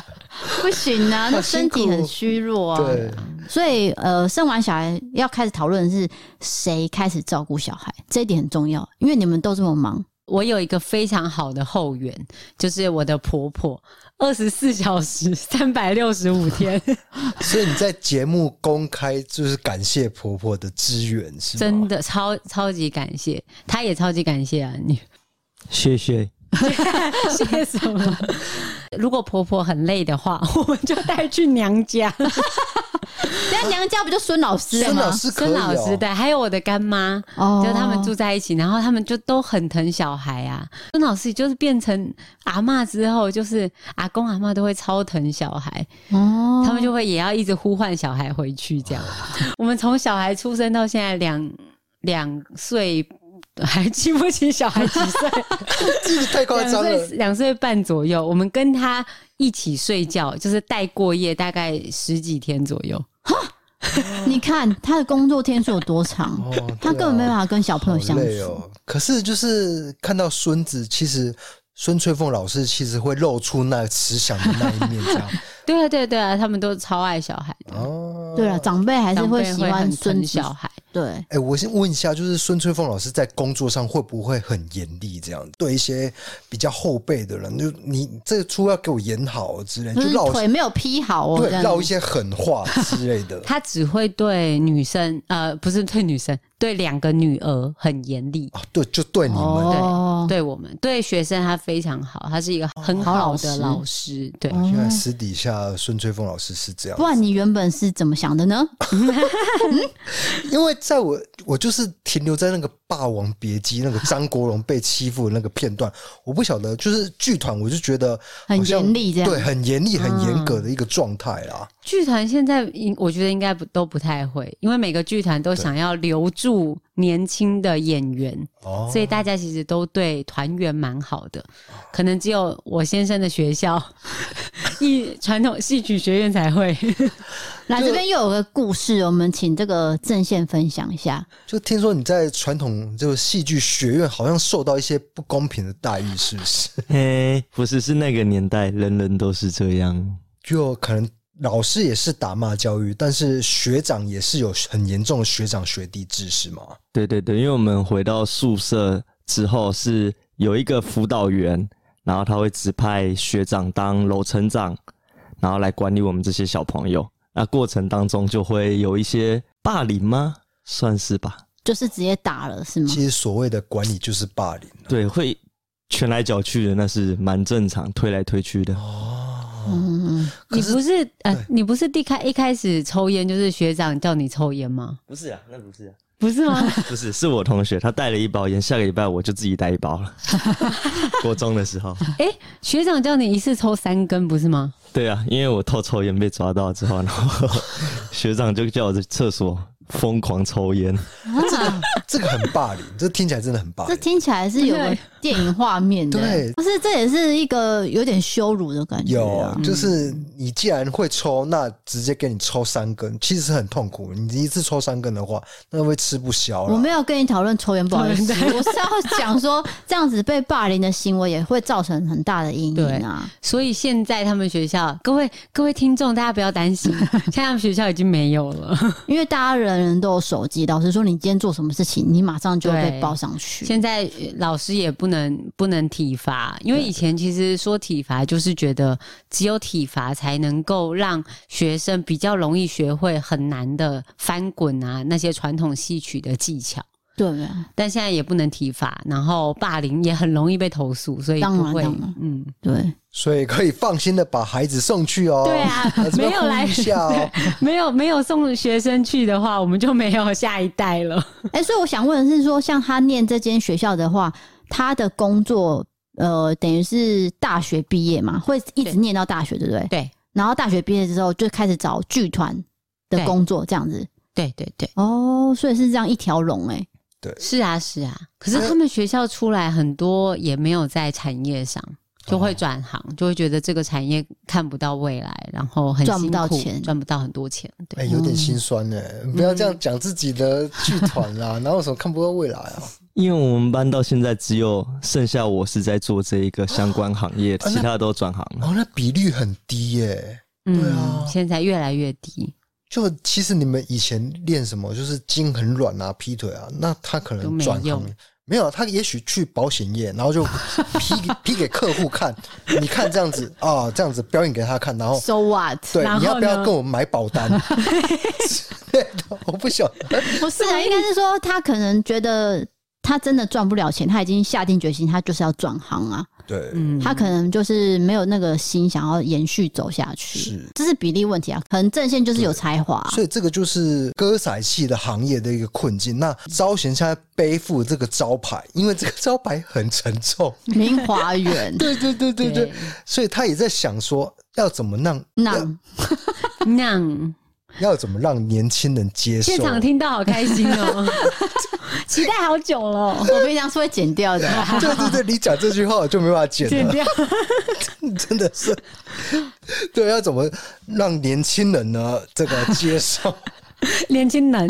不行 啊，那
好辛
身
苦
体很虚弱啊。
对，
所以呃，生完小孩要开始讨论的是谁开始照顾小孩，这一点很重要，因为你们都这么 忙。
我有一个非常好的后援，就是我的婆婆，二十四小时、三百六十五天，
所以你在节目公开就是感谢婆婆的支援，是吗？
真的超超级感谢，她也超级感谢啊你。
谢谢。
谢什么？如果婆婆很累的话， 我们就带去娘家。
但娘家不就孙老师
孙老
吗？
师可以、
孙
哦，
老师对，还有我的干妈，
哦
就他们住在一起，然后他们就都很疼小孩啊。孙老师就是变成阿嬷之后，就是阿公阿嬷都会超疼小孩，
哦，
他们就会也要一直呼唤小孩回去 这样。我们从小孩出生到现在两两岁。还记不清小孩几 岁，
这个太夸
两
张
岁
了。
两岁半左右，我们跟他一起睡觉，就是带过夜，大概十几天左右。
你看他的工作天数有多长，
哦对啊
他根本没办法跟小朋友相
好
处。
累哦。可是就是看到孙子，其实孙翠凤老师其实会露出那慈祥的那一面，这样
对啊，对啊，对啊，他们都超爱小孩的，
哦。
对了，长辈还是
长辈
会喜
会
欢
很
孙
疼
子
小，孩。。
对，
哎、我先问一下，就是孙翠凤老师在工作上会不会很严厉？这样对一些比较后辈的人，就你这出要给我演好之类，
就
就是绕
嗯腿没有劈好哦，
对
这样
绕一些狠话之类的
他只会对女生，呃，不是对女生，对两个女儿很严厉。
啊，对，就对你们，
哦，
对我们，对学生他非常好，他是一个很
好
好
老
的
师哦
老师。对，
原来私底下孙翠凤老师是这样
不。然你原本是怎么想的呢？
因为在我我就是停留在那个《霸王别姬》那个张国荣被欺负的那个片段，我不晓得，就是剧团，我就觉得
很
好像
严厉这样嗯
对，很严厉、很严格的一个状态啦。
剧团现在应我觉得应该不都不太会，因为每个剧团都想要留住年轻的演员，
哦
所以大家其实都对团员蛮好的。可能只有我先生的学校 艺传统戏曲学院才会。
来这边又有个故事，我们请这个郑宪分享一下。
就听说你在传统就是戏剧学院好像受到一些不公平的待遇，是不是？
嘿，不是，是那个年代，人人都是这样。
就可能老师也是打骂教育，但是学长也是有很严重的学长学弟制，是吗？
对对对，因为我们回到宿舍之后是有一个辅导员，然后他会指派学长当楼层长，然后来管理我们这些小朋友。那过程当中就会有一些霸凌吗？算是吧。
就是直接打了是吗？
其实所谓的管理就是霸凌
对，会拳来脚去的，那是蛮正常，推来推去的。
嗯，嗯
你不是呃，你不是一开一开始抽烟就是学长叫你抽烟吗？
不是啊，那不是、啊，
不是 吗？
不是，是我同学，他带了一包烟，下个礼拜我就自己带一包 了。国中的时候，
哎、学长叫你一次抽三根，不是吗？
对啊，因为我偷抽烟被抓到之后，然后学长就叫我去厕所疯狂抽烟。
啊
这个很霸凌，这听起来真的很霸
这
凌。
听起来是有个电影画面的，
对
不是？这也是一个有点羞辱的感觉
有
啊。，
就是你既然会抽，那直接给你抽三根，其实是很痛苦。你一次抽三根的话，那会吃不消
我
了。
没有跟你讨论抽烟，不好意思，我是要讲说这样子被霸凌的行为也会造成很大的阴影啊。
所以现在他们学校，各位各位听众，大 家不要担心，现在他们学校已经没有了。
因为大家人人都有手机，老实说，你今天做什么事情，你马上就会被
对
报上去。
现在呃老师也不能不能体罚，因为以前其实说体罚就是觉得只有体罚才能够让学生比较容易学会很难的翻滚啊那些传统戏曲的技巧，
对啊，
但现在也不能体罚，然后霸凌也很容易被投诉，所以
当然
不会
当然，
嗯，
对，
所以可以放心的把孩子送去哦。
对啊
来这边
没有来
呼吁一下 哦。
没有没有送学生去的话，我们就没有下一代了。
哎、所以我想问的是说像他念这间学校的话，他的工作呃，等于是大学毕业嘛，会一直
对
念到大学，对不对？
对
然后大学毕业之后就开始找剧团的
对
工作，这样子。
对对对，
哦，所以是这样一条龙哎、
是啊是啊。可是他们学校出来很多也没有在产业上，
哦
就会转行，就会觉得这个产业看不到未来，然后很
赚不
辛
到
苦
钱
赚不到很多钱。对，
哎、有点心酸呢、不要这样讲自己的剧团啦，哪有什么看不到未来啊？
因为我们班到现在只有剩下我是在做这一个相关行 业，
那
其他都转行了。
哦，那比率很低耶、对啊
嗯现在越来越低，
就其实你们以前练什么，就是筋很软啊、劈腿啊，那他可
都
能
没
转
用
行没有，啊他也许去保险业，然后就 劈劈给客户看，你看这样子啊，这样子表演给他看，然后
So what？
哦对
然，后
你要不要
呢
跟我买保单？ 对的我不晓得，
不是啊，应该是说他可能觉得他真的赚不了钱，他已经下定决心，他就是要转行啊。
对，
嗯，
他可能就是没有那个心想要延续走下去，
是
这是比例问题啊。可能正线就是有才华，
所以这个就是歌仔戏的行业的一个困境。那招贤现在背负这个招牌，因为这个招牌很沉重，
明华园
对对对对对，
对
所以他也在想说，要怎么让
那
那
要怎么让年轻人接受？
现场听到好开心哦， 期待好久了，
我平常是会剪掉的。
对对对，你讲这句话我就没办法剪
剪
了，
掉。
真的是。对，要怎么让年轻人呢这个接 受？
年轻人，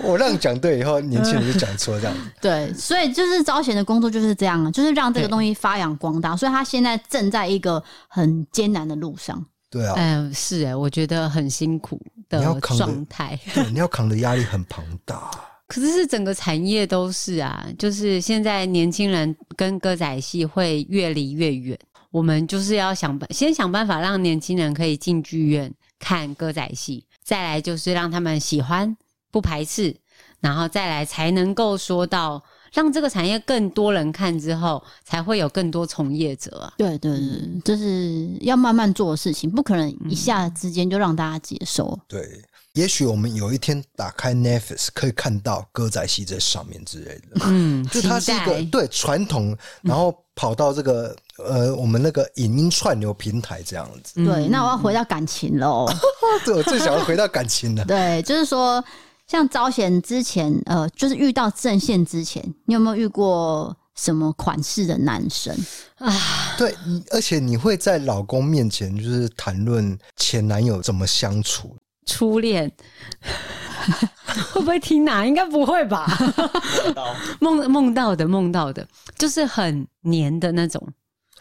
我让你讲对以后，年轻人就讲错这样子。
对，所以就是招贤的工作就是这样啊，就是让这个
对
东西发扬光大。所以他现在正在一个很艰难的路上。
对啊，
嗯，是哎，我觉得很辛苦
你要
的
扛着
状态。
对，你要扛的压力很庞大。
可是是整个产业都是啊，就是现在年轻人跟歌仔戏会越离越远。我们就是要想办，先想办法让年轻人可以进剧院看歌仔戏，再来就是让他们喜欢不排斥，然后再来才能够说到让这个产业更多人看之后，才会有更多从业者啊。
对对对，就是要慢慢做的事情，不可能一下之间就让大家接受。
对，也许我们有一天打开 Netflix 可以看到歌仔戏在上面之类的。
嗯，
就它是一个
期待
对传统，然后跑到这个、呃我们那个影音串流平台这样 子。
对，那我要回到感情喽。
对，我最想要回到感情了。
对，就是说，像招贤之前，呃，就是遇到正线之前，你有没有遇过什么款式的男生？
对，你而且你会在老公面前就是谈论前男友怎么相处，
初恋会不会听啊？应该不会吧？梦梦到的梦到的，就是很黏的那种，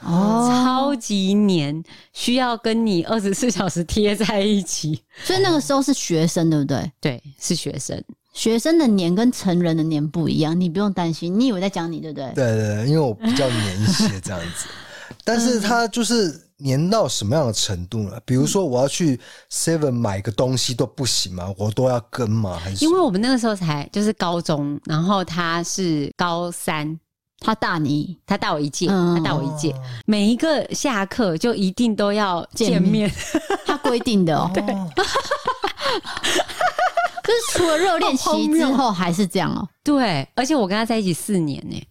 哦，
超级黏，需要跟你二十四小时贴在一起。
所以那个时候是学生，对不对？
对，是学生，
学生的年跟成人的年不一样，你不用担心。你以为在讲你，对不对？
对对对，因为我比较黏一些这样 子，但是他就是黏到什么样的程度呢？比如说我要去 Seven 买个东西都不行吗？我都要跟吗？还是
因为我们那个时候才就是高中，然后他是高三，
他大你，
他大我一届，
嗯
他大我一届，每一个下课就一定都要
见
见
面
面，
他规定的 哦。就是除了热恋期之后还是这样哦。
对，而且我跟他在一起四年呢、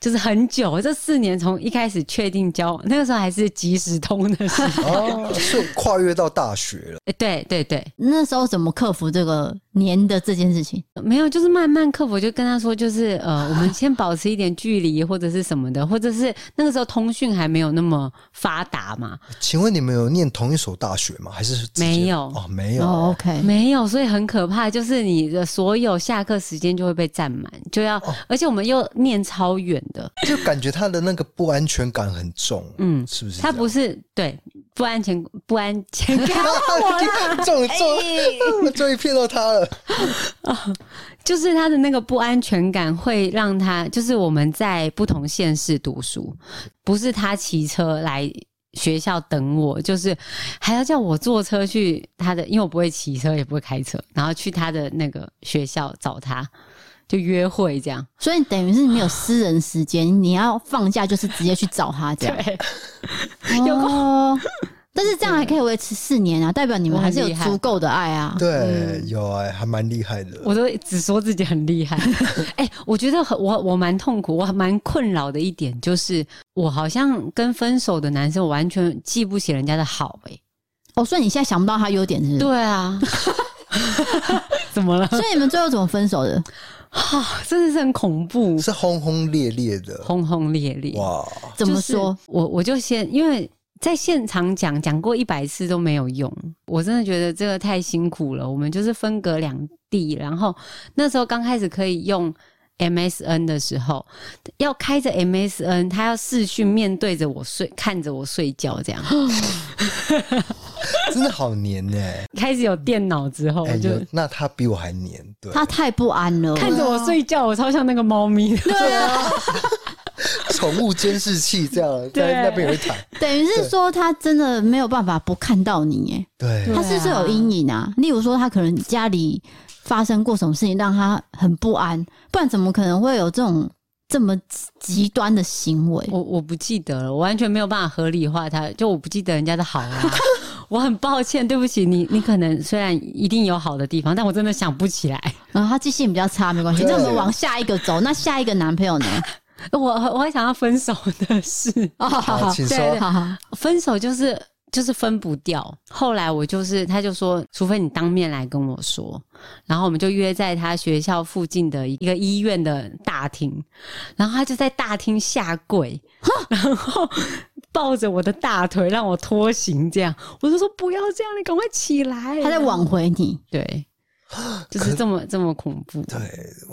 就是很久。这四年从一开始确定交往，那个时候还是即时通的时候。
哦， 所以跨越到大学了。
诶对对对，
那时候怎么克服这个黏的这件事情？
没有，就是慢慢克服。就跟他说，就是呃，我们先保持一点距离，或者是什么的，或者是那个时候通讯还没有那么发达嘛，
请问你们有念同一所大学吗？还是直接
没有
哦，没有。
哦，OK，
没有，所以很可怕。就是你的所有下课时间就会被占满，就要，而且我们又念超远的，
就感觉他的那个不安全感很重，
嗯
是不是这
他
样？
不是对不安全不安全感，
终于
哎
终于终于骗到他了。
就是他的那个不安全感会让他，就是我们在不同县市读书，不是他骑车来学校等我，就是还要叫我坐车去他的，因为我不会骑车，也不会开车，然后去他的那个学校找他，就约会这样。
所以等于是你有私人时间，你要放假就是直接去找他 这样。
对，
有哦， 但是这样还可以维持四年啊，代表你们还是有足够的爱啊。
对，
嗯
有哎、还蛮厉害的。
我都只说自己很 厉害。哎、我觉得很我我蛮痛苦，我蛮困扰的一点就是，我好像跟分手的男生完全记不起人家的好、哎。
哦，所以你现在想不到他优点是不是？
对啊， 怎么了？
所以你们最后怎么分手的？
真的是很恐怖，
是轰轰烈烈的，
轰轰烈烈。
哇！
怎么说？
就是我我就先因为。在现场讲讲过一百次都没有用，我真的觉得这个太辛苦了。我们就是分隔两地，然后那时候刚开始可以用 MSN 的时候，要开着 MSN，他要视讯面对着我睡，看着我睡 觉这样。
真的好黏呢、
开始有电脑之后，
哎、
哦我就
有那他比我还黏，对，
他太不安了。
看着我睡觉，我超像那个猫咪的。啊
宠物监视器这样
对
在那边有一台，
等于是说他真的没有办法不看到你耶，
对
对
他
啊
是不是有阴影啊？例如说他可能家里发生过什么事情让他很不安，不然怎么可能会有这种这么极端的行为？
我我不记得了，我完全没有办法合理化它，就我不记得人家的好 啦、我很抱歉，对不起你。你可能虽然一定有好的地方，但我真的想不起来。
然后他记性比较差，没关系。
对啊
那我们往下一个走，那下一个男朋友 呢？
我我还想要分手的事，
哦，好
好，
好
请说
对对
好，
分手就是就是分不掉。后来我就是，他就说，除非你当面来跟我说，然后我们就约在他学校附近的一个医院的大厅，然后他就在大厅下跪，然后。抱着我的大腿让我拖行，这样我就说不要这样，你赶快起来。啊
他在挽回你，
对，就是这么这么恐怖。
啊
对，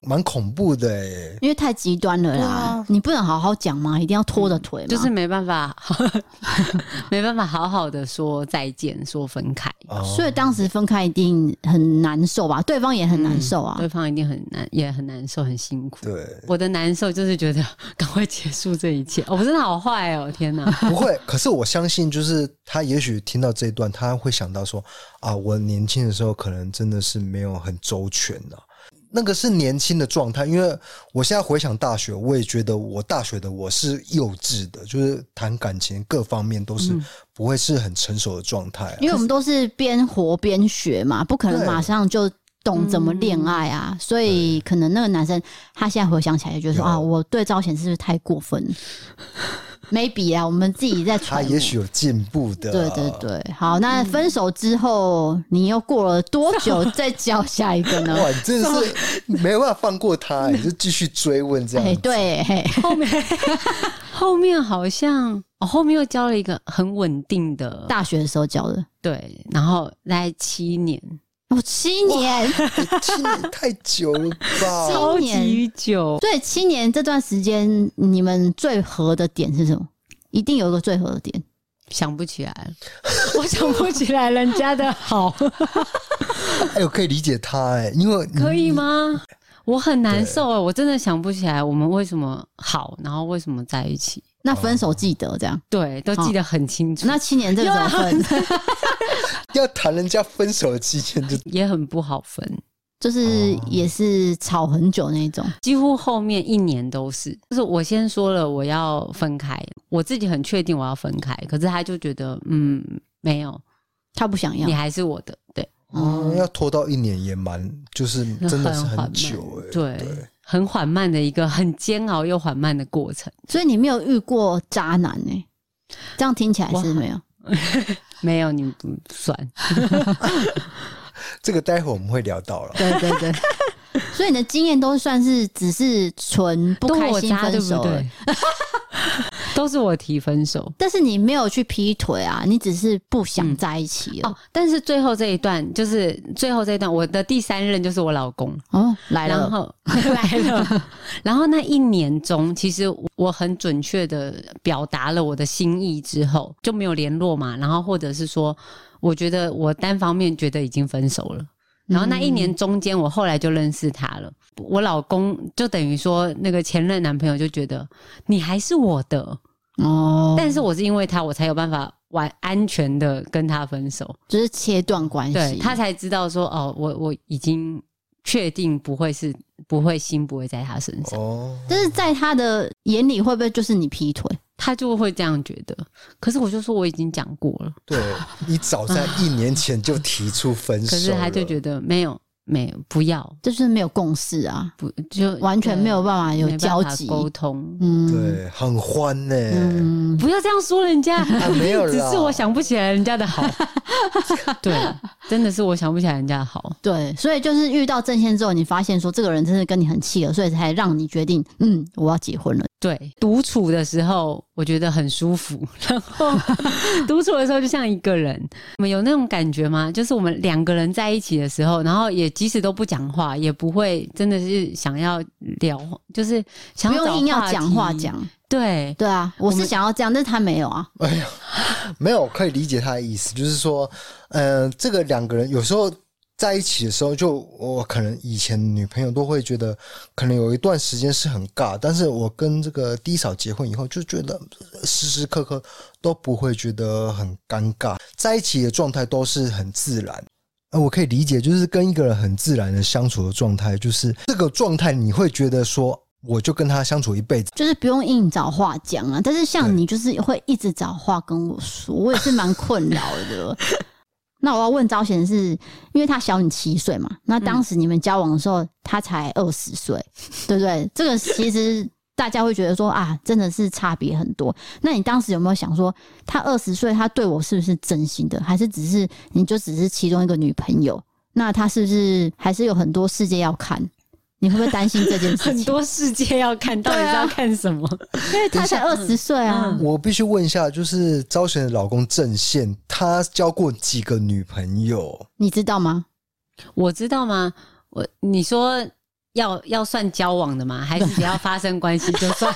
蛮恐怖的哎、
因为太极端了
啊
啦。你不能好好讲吗？一定要拖着腿吗？
就是没办法， 没办法好好的说再见，说分开，
哦
所以当时分开一定很难受吧？对方也很难受啊。
嗯
对方一定很难，也很难受，很辛苦。
对，
我的难受就是觉得 赶快结束这一切，哦我真的好坏哦，天 哪！
不会。可是我相信，就是他也许听到这一段，他会想到说啊，我年轻的时候可能真的是没有很周全啊。那个是年轻的状态，因为我现在回想大学，我也觉得我大学的我是幼稚的，就是谈感情各方面都是不会是很成熟的状态、啊。
嗯因为我们都是边活边学嘛，不可能
对嗯
马上就懂怎么恋爱啊，所以可能那个男生他现在回想起来就觉得说
有
啊，我对赵贤是不是太过分了？maybe 啊，我们自己在
他
揣摩。
也许有进步的、啊
对对。对，好，
嗯
那分手之后，你又过了多久再交下一个 呢？
哇，你真的是没办法放过他、欸你就继续追问这样
哎，
子。
对，嘿
后面后面好像哦，后面又交了一个很稳定的，
大学的时候交的，
对，然后大概七年，
哦，七年，
听你哎太久了吧？
超
七年，
级久，
对，七年这段时间，你们最合的点是什么？一定有一个最合的点。
想不起 来了，我想不起来人家的好。
哎，我可以理解他哎、因为你
可以吗？我很难受哎，我真的想不起来我们为什么好，然后为什么在一起，
那分手记得这样，
对，都记得很清楚。
哦那七年这个怎
啊
么 分？
要谈人家分手的期间就
也很不好分，
就是
哦
也是吵很久那种。
几乎后面一年都是。就是我先说了我要分开，我自己很确定我要分开，可是他就觉得嗯没有，
他不想要
你，还是我的，对，
哦，要拖到一年也蛮，就是真的是很久哎、
对，很缓慢的一个很煎熬又缓慢的过程，
所以你没有遇过渣男呢、这样听起来是没有。
没有你不算，
这个待会我们会聊到了。
对对 对，所以你的经验都算是只是纯不
都
开
我
心
渣
分
对不
手而已
对？ 都是我提分手
但是你没有去劈腿啊，你只是不想在一起了。
哦。但是最后这一段就是最后这一段，我的第三任就是我老公，
哦，来
然
了，
后来了， 然后那一年中，其实我很准确的表达了我的心意之后，就没有联络嘛。然后或者是说，我觉得我单方面觉得已经分手了。然后那一年中间，我后来就认识他了。我老公就等于说，那个前任男朋友就觉得你还是我的，
哦，
但是我是因为他，我才有办法完安全的跟他分手。
就是切断关
对
系，
他才知道说，哦，我我已经确定不会是不会心不会在他身上，
哦，
但是在他的眼里会不会就是你劈腿？
他就会这样觉得。可是我就说我已经讲过了，
对你早在一年前就提出分手
可
了，
是他就觉得没有没有不要
这就是没有共识啊，
不就
完全没有办法
法
有交集。
沟通。
嗯，
对很欢呢、
嗯，
不要这样说人家，
啊没有啦
只是我想不起来人家 的好。对，真的是我想不起来人家的好。
对，所以就是遇到郑先之后，你发现说这个人真的跟你很契合，所以才让你决定，嗯，我要结婚了。
对，独处的时候我觉得很舒服， 然后独处的时候就像一个人。你们有那种感觉吗？就是我们两个人在一起的时候，然后也即使都不讲话，也不会真的是想要聊，就是想
不
要
用硬要讲话
找题。
讲，
对，
对啊，我是
们
想要这样，但是他没有啊。
哎呀，没有可以理解他的意思，就是说，呃，这个两个人有时候在一起的时候就，我可能以前女朋友都会觉得，可能有一段时间是很尬，但是我跟这个低嫂结婚以后，就觉得时时刻刻都不会觉得很尴尬，在一起的状态都是很自然。呃，我可以理解，就是跟一个人很自然的相处的状态，就是这个状态，你会觉得说，我就跟他相处一辈子。
就是不用硬找话讲啊，但是像
对
你就是会一直找话跟我说，我也是蛮困扰的。 那我要问招贤是，因为他小你七岁嘛，那当时你们交往的时候，他才二十岁，对不对？这个其实大家会觉得说啊，真的是差别很多。那你当时有没有想说，他二十岁，他对我是不是真心的，还是只是你就只是其中一个女朋友？那他是不是还是有很多世界要看？你会不会担心这件事情？
很多世界要看，到底是要
啊
看什么？
因为他才二十岁啊，
我必须问一下，就是招贤的老公郑宪，他交过几个女 朋友？
你知道吗？
我知道吗？我你说要要算交往的吗？还是只要发生关系就 算？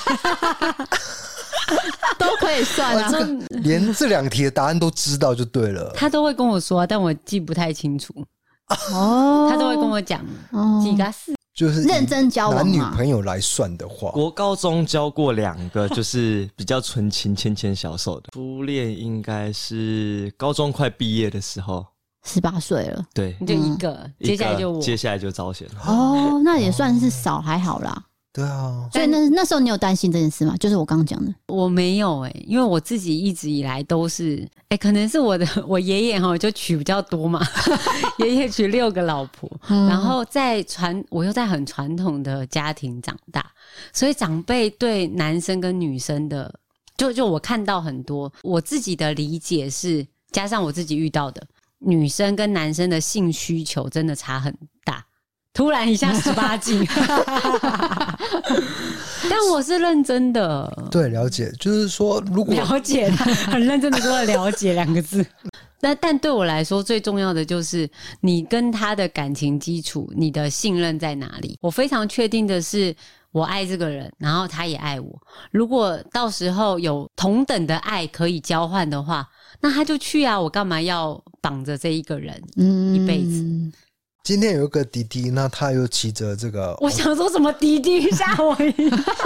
都可以算啊。
连这两题的答案都知道就对了。
他都会跟我说，啊但我记不太清楚。
哦，
他都会跟我讲
哦
几个四
就是以
认真交往啊
男女
嘛。
朋友来算的话，
国高中交过两个，就是比较纯情、牵牵小手的 初恋，应该是高中快毕业的时候。
十八岁了，
对，
你就一个，
嗯一
嗯接
个
下来就我。
接下来就招贤了。
哦，那也算是少，还好啦。
对啊，
所以那那时候你有担心这件事吗？就是我刚刚讲的，
我没有哎、因为我自己一直以来都是哎、可能是我的 我爷爷哈就娶比较多嘛， 爷爷娶六个老婆，然后在传我又在很传统的家庭长大，所以长辈对男生跟女生的，就就我看到很多我自己的理解是，加上我自己遇到的女生跟男生的性需求真的差很大。突然一下十八禁， 但我是认真的。
对，了解，就是说，如果
了解他，很认真的说了“了解”两个字。 那但对我来说，最重要的就是你跟他的感情基础，你的信任在哪里？我非常确定的是，我爱这个人，然后他也爱我。如果到时候有同等的爱可以交换的话，那他就去啊！我干嘛要绑着这一个人？
嗯，
一辈子
子。
今天有一个弟弟，那他又骑着这个，
我想说什么滴滴吓我一跳。
哦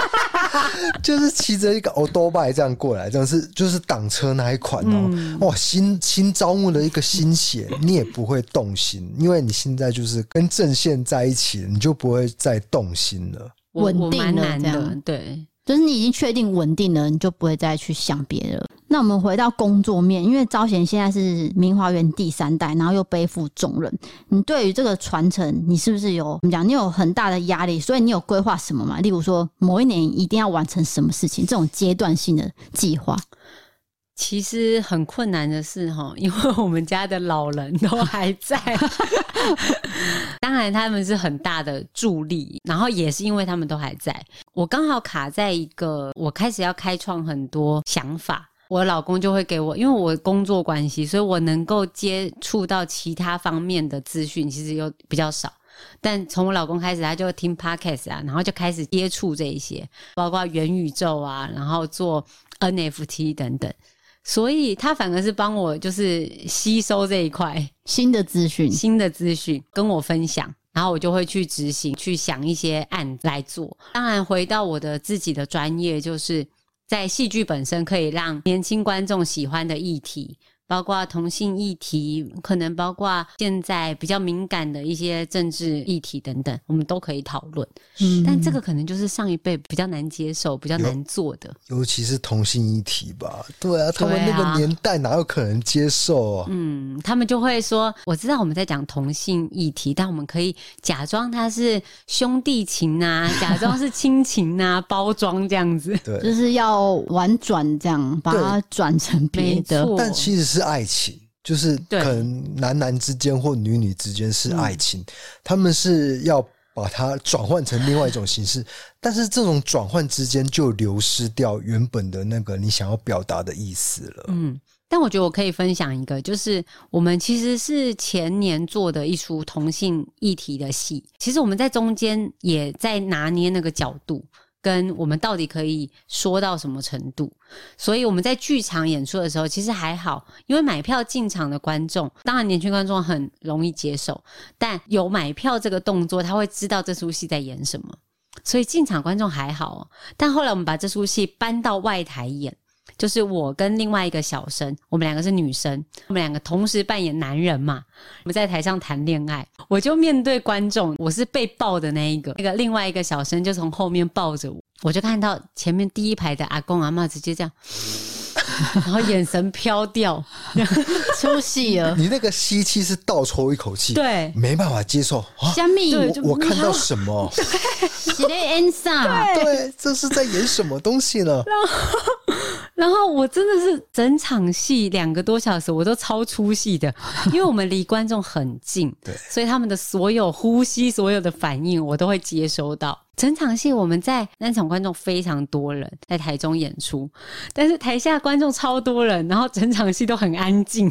就是骑着一个欧多拜这样过来，这样是就是挡车那一款哦。
嗯
哇，新新招募的一个新血，你也不会动心，因为你现在就是跟郑宪在一起，你就不会再动心了。
我
稳定
我蛮
了
难
这
的
样，
对，
就是你已经确定稳定了，你就不会再去想别的了。那我们回到工作面，因为招贤现在是明华园第三代，然后又背负重任，你对于这个传承，你是不是有怎么讲？你有很大的压力，所以你有规划什么吗？例如说，某一年一定要完成什么事情，这种阶段性的计划。
其实很困难的是哈， 因为我们家的老人都还在， 当然他们是很大的助力，然后也是因为他们都还在，我刚好卡在一个我开始要开创很多想法。我老公就会给我，因为我工作关系，所以我能够接触到其他方面的资讯，其实又比较少。但从我老公开始，他就听 podcast 啊，然后就开始接触这一些，包括元宇宙啊，然后做 NFT 等等。所以他反而是帮我就是吸收这一块
新的资讯，
新的资讯，跟我分享，然后我就会去执行，去想一些案来做。当然，回到我的自己的专业，就是在戏剧本身可以让年轻观众喜欢的议题，包括同性议题，可能包括现在比较敏感的一些政治议题等等，我们都可以讨论。
嗯
但这个可能就是上一辈比较难接受、比较难做的。
尤其是同性议题吧，对啊，他们那
对啊
个年代哪有可能接受啊？
嗯，他们就会说，我知道我们在讲同性议题，但我们可以假装它是兄弟情啊，假装是亲情啊，包装这样子。
就
对，
是要婉转这样把它转成别
没
的。
错，
但其实是爱情，就是
对嗯
可能男男之间或女女之间是爱情，他们是要把它转换成另外一种形 式，但是这种转换之间就流失掉原本的那个你想要表达的意思了。
嗯，但我觉得我可以分享一个，就是我们其实是前年做的一出同性议题的戏，其实我们在中间也在拿捏那个角度。跟我们到底可以说到什么程度？所以我们在剧场演出的时候，其实还好，因为买票进场的观众，当然年轻观众很容易接受，但有买票这个动作，他会知道这出戏在演什么，所以进场观众还好哦。但后来我们把这出戏搬到外台演，就是我跟另外一个小生，我们两个是女生，我们两个同时扮演男人嘛。我们在台上谈恋爱，我就面对观众，我是被抱的那一个，那个另外一个小生就从后面抱着我，我就看到前面第一排的阿公阿嬷直接这样， 然后眼神飘掉，
出戏 了，
你那个吸气是倒抽一口气，，
对。
没办法接受啊！
虾米，
对就
我看到什 么？
喜的 N 上，
对，这是在演什么东西呢？
然后我真的是整场戏两个多小时，我都超出戏的，因为我们离观众很近，
对
所以他们的所有呼吸、所有的反应，我都会接收到。整场戏我们在那场观众非常多人，在台中演出，但是台下观众超多人，然后整场戏都很安静，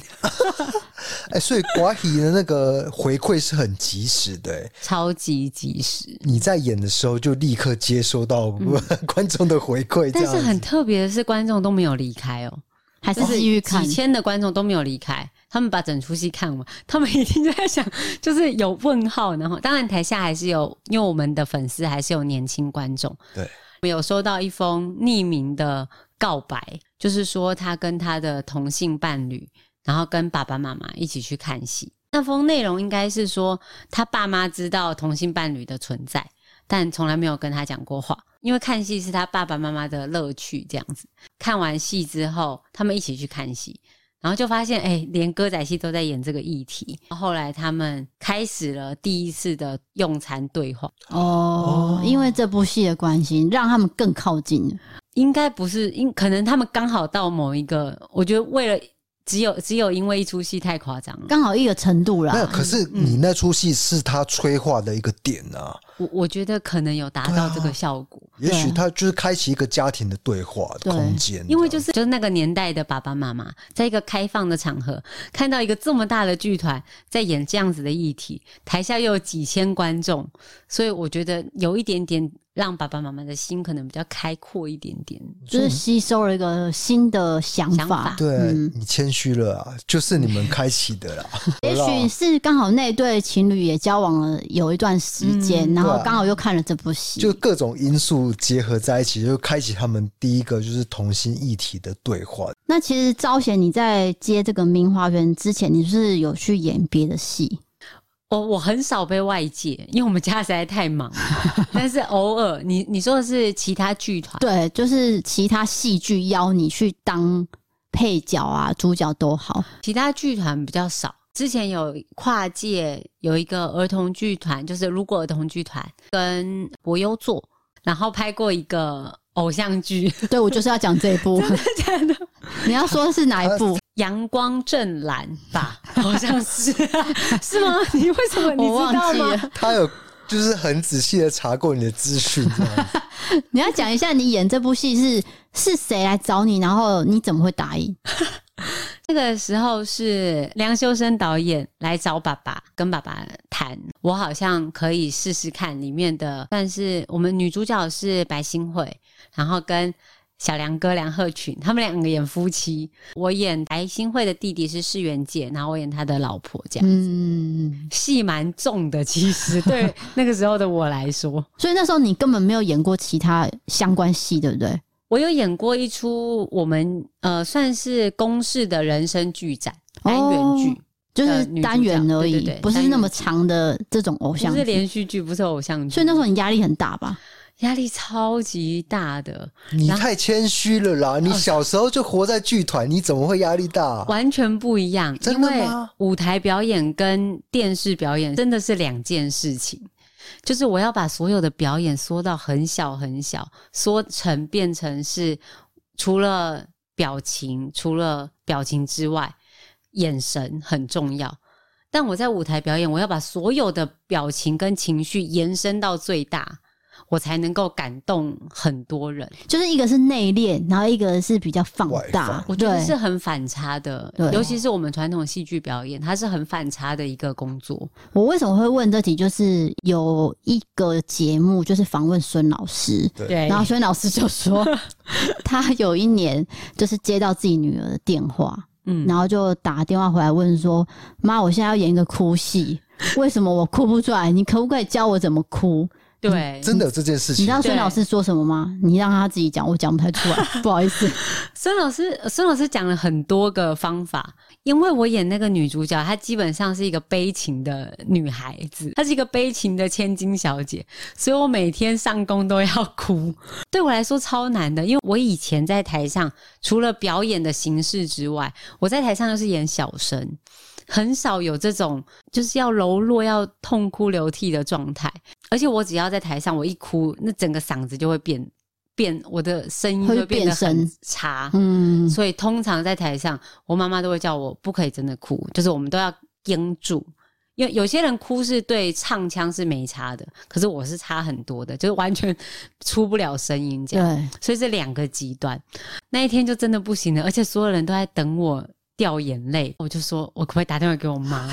哎、所以寡喜的那个回馈是很及时的、哎
超级及时。
你在演的时候就立刻接收到 观众的回馈，这
嗯但
样
是
子
很特别的是，观众都没有离开哦，
还是
就
继
是
续看
几？千的观众都没有离开，他们把整出戏看完，他们一定就在想， 就是有问号。然后，当然台下还是有，因为我们的粉丝还是有年轻观众，
对，
我们有收到一封匿名的告白，就是说他跟他的同性伴侣，然后跟爸爸妈妈一起去看戏。那封内容应该是说，他爸妈知道同性伴侣的存在，但从来没有跟他讲过话，因为看戏是他爸爸妈妈的乐趣，这样子。看完戏之后，他们一起去看戏，然后就发现，哎、连歌仔戏都在演这个议题。后来他们开始了第一次的用餐对话，
哦，因为这部戏的关系，让他们更靠近了。
应该不是，因可能他们刚好到某一个，我觉得为了只有只有因为一出戏太夸张了，
刚好一个程度
没有，
啦。
可是你
嗯
那出戏是他催化的一个点啊，
我我觉得可能有达到这个效果。
也许他就是开启一个家庭的对话的
对
空间，啊
因为就是是就是那个年代的爸爸妈妈，在一个开放的场合看到一个这么大的剧团在演这样子的议题，台下又有几千观众，所以我觉得有一点点让爸爸妈妈的心可能比较开阔一点点。
就是吸收了一个新的想
想
法
法，
对、
嗯
你谦虚了啊，就是你们开启的啦，
也许是刚好那对情侣也交往了有一段时间，
嗯
然
对
后
啊
刚好又看了这部戏，
就各种因素结合在一起，就开启他们第一个就是同心一体的对话。
那其实招贤，你在接这个《名花园》之前，你是有去演别的戏，
我我很少被外界，因为我们家实在太忙了，但是偶尔你你说的是其他剧团，
对，就是其他戏剧邀你去当配角啊、主角都好。
其他剧团比较少。之前有跨界有一个儿童剧团，就是如果儿童剧团跟博优做，然后拍过一个偶像剧，
对我就是要讲这一部。
真的
你要说是哪一部？
阳光正蓝吧，好像是是吗？你为什么你
我忘
知道
记
吗？
了。
他有就是很仔细的查过你的资讯，这样
你要讲一下你演这部戏是是谁来找你，然后你怎么会答应？
那个时候是梁修身导演来找爸爸，跟爸爸谈，我好像可以试试看里面的，但是我们女主角是白新慧，然后跟小梁哥梁鹤群，他们两个演夫妻，我演白新慧的弟弟是世元界，然后我演他的老婆，这样
嗯，
戏蛮重的，其实对那个时候的我来说。
所以那时候你根本没有演过其他相关戏，对不对？
我有演过一出我们呃算是公式的人生剧展单元剧，
哦就是单元而已，
呃女主角对对对
不是那么长的这种偶像
不是
剧。
连续剧，不是偶像剧，
所以那时候你压力很大吧？
压力超级大的，
你太谦虚了
哦
啦！你小时候就活在剧团，你怎么会压力大、
完全不一样。
真的吗
因为舞台表演跟电视表演真的是两件事情。就是我要把所有的表演缩到很小很小，缩成变成是除了表情，除了表情之外，眼神很重要。但我在舞台表演，我要把所有的表情跟情绪延伸到最大，我才能够感动很多人。
就是一个是内敛，然后一个是比较放
外
大
放。
我觉得是很反差的
对，
尤其是我们传统戏剧表演，它是很反差的一个工作。
我为什么会问这题？就是有一个节目，就是访问孙老师，
对
然后孙老师就说， 他有一年就是接到自己女儿的电话，
嗯
然后就打电话回来问说：“妈，我现在要演一个哭戏，为什么我哭不出来？你可不可以教我怎么 哭？”
对，
真的有这件事
你
情
知？道孙
对
老师说什么吗？你让他自己讲，我讲不太出 来，不好意思。
孙老师，孙老师讲了很多个方法，因为我演那个女主角，她基本上是一个悲情的女孩子，她是一个悲情的千金小姐，所以我每天上工都要哭， 对我来说超难的，因为我以前在台上除了表演的形式之外，我在台上就是演小生。很少有这种就是要柔弱、要痛哭流涕的状态，而且我只要在台上，我一哭，那整个嗓子就会变变，我的声音
会
会变得
变
很
声
差。
嗯，
所以通常在台上，我妈妈都会叫我不可以真的哭，就是我们都要盯住。因为有些人哭是对唱腔是没差的，可是我是差很多的，就是完全 出不了声音这样。
对，
所以是两个极端。那一天就真的不行了，而且所有人都在等我掉眼泪，我就说我可不可以打电话给 我妈？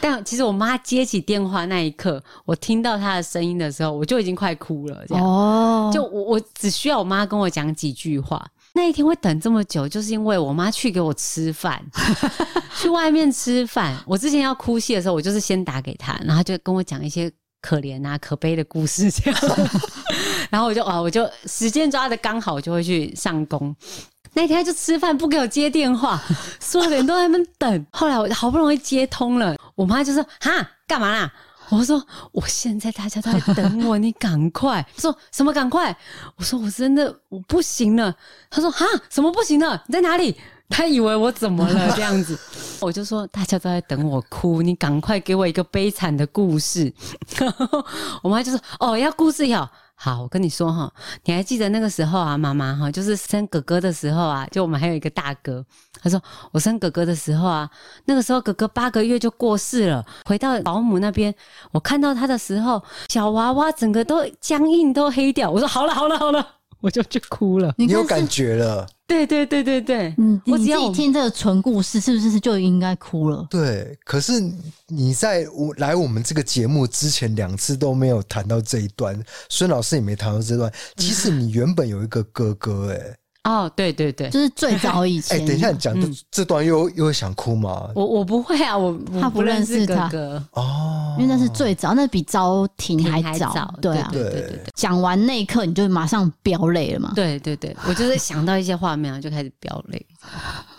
但其实我妈接起电话那一刻，我听到她的声音的时候，我就已经快哭了。这样，
哦，
就我我只需要我妈跟我讲几句话。那一天会等这么久，就是因为我妈去给我吃饭， 去外面吃饭。我之前要哭戏的时候，我就是先打给她，然后她就跟我讲一些可怜啊、可悲的故事这样。然后我就啊，我就时间抓的刚好，我就会去上工。那天她就吃饭不给我接电话，所有人都在那边等。后来我好不容易接通了，我妈就说：“哈，干嘛啦？”我说：“我现在大家都在等我，你赶快！”她说什么赶快？我说：“我真的我不行了。”她说：“哈，什么不行了？你在哪里？”她以为我怎么了这样子，我就说大家都在等我哭，你赶快给我一个悲惨的故事。 然后我妈就说：“哦，要故事要。”好，我跟你说哈，你还记得那个时候啊，妈妈哈，就是生哥哥的时候啊，就我们还有一个大哥，他说我生哥哥的时候啊，那个时候哥哥八个月就过世了，回到保姆那边，我看到他的时候，小娃娃整个都僵硬都黑掉，我说好了好了好了，我就去哭了。
你
你有
看是
感觉了？
对对对对对，
嗯，
我
你
只
自
要
己听这个纯故事，是不是就应该哭了？
对，可是你在我来我们这个节目之前两次都没有谈到这一段，孙老师也没谈到这段。其实你原本有一个哥哥、欸，
哦，对对对，
就是最早以
哎、
前，
等一下，你讲这、
嗯
这段又又会想哭吗？
我我不会啊，我我
他不
不认
认识
识哥
他
哥，
哦，
因为那是最早，那比招婷
你
还
还
早，
对
对啊。
对对对
对
对。
讲完那一刻，你就马上飙泪了嘛？
对对对，我就是想到一些画面，然后就开始飙泪。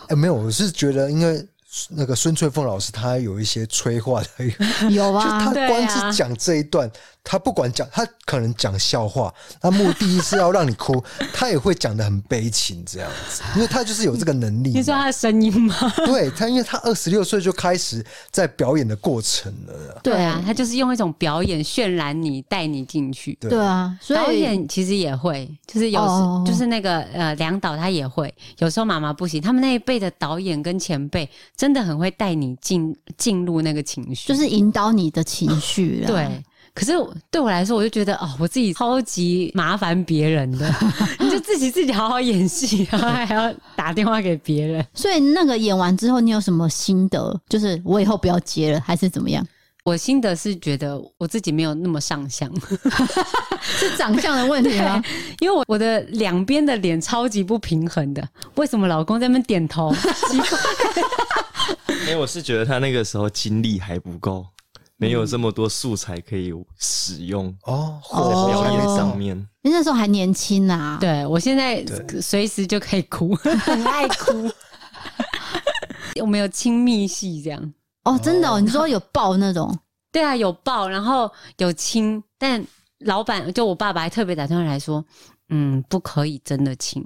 哎、没有，我是觉得因为。那个孙翠凤老师，她有一些催化的一个，
有
就
啊
她，
对
光
啊
是讲这一段，她不管讲，她可能讲笑话，她目的是要让你哭， 她也会讲的很悲情这样子，因为她就是有这个能力嘛。
你知道他的声音 吗？
对她，因为她二十六岁就开始在表演的过程了，
对
啊，他就是用一种表演渲染你，带你进去。
对
对啊，
导
所以
演其实也会，就是有时、
哦
就是那个呃梁导他也会，有时候妈妈不行，他们那一辈的导演跟前辈真的很会带你进进入那个情绪，
就是引导你的情绪啦。
对。可是我对我来说，我就觉得哦，我自己超级麻烦别人的，你就自己自己好好演戏，然后还要打电话给别人。
所以那个演完之后，你有什么心得？就是我以后不要接了，还是怎么样？
我心得是觉得我自己没有那么上相，
是长相的问题 吗？
因为我我的两边的脸超级不平衡的。为什么老公在那边点头？奇怪
因为哎我是觉得他那个时候精力还不够，没有这么多素材可以使用
哦，
在
或
表演
哦
上面。
你那时候还年轻啊，
对我现在随时就可以哭， 很爱哭。我们有亲密戏这样，
哦，真的、哦，你说有抱那种，
对啊，有抱，然后有亲，但老板就我爸爸还特别打电话来说，嗯，不可以真的亲，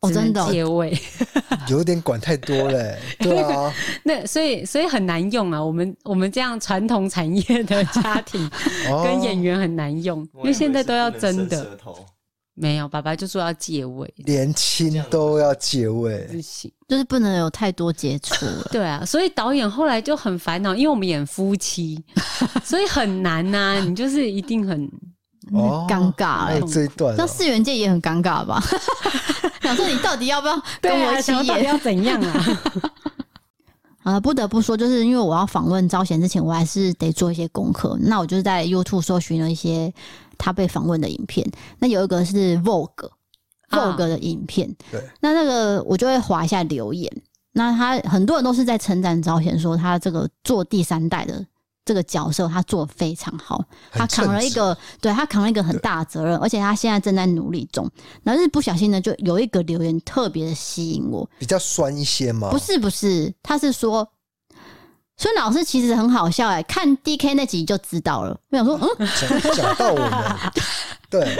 哦
只能
真的哦
借位。
有点管太多嘞、对啊，
那所以所以很难用啊，我们我们这样传统产业的家 庭
哦
跟演员很难用，因为现在都要真的。没有，爸爸就说要借位，
连亲都要借位，
不行。
就是不能有太多接触了。
对啊，所以导演后来就很烦恼，因为我们演夫妻，所以很难呐、你就是一定 很嗯
哦，
尴
啊
尬
还有这一段、
像
哦，
世元界也很尴尬吧？ 想说你到底要不要跟我一起
啊想说到底
演？
要怎样啊？
啊，不得不说，就是因为我要访问招贤之前，我还是得做一些功课。那我就是在 YouTube 搜寻了一些他被访问的影片，那有一个是 Vogue。
啊
Vogue 的影片，
对
那那个我就会划一下留言。那他很多人都是在称赞招贤，说他这个做第三代的这个角色，他做得非常好，他
很称
扛了一
职
个，对他扛了一个很
对
大的责任，而且他现在正在努力中。然后是不小心呢，就有一个留言特别的吸引我，
比较酸一些嘛，
不是不是，他是说孙老师其实很好笑哎、看 D K 那集就知道了。我想说， 嗯，
讲讲到我们， 对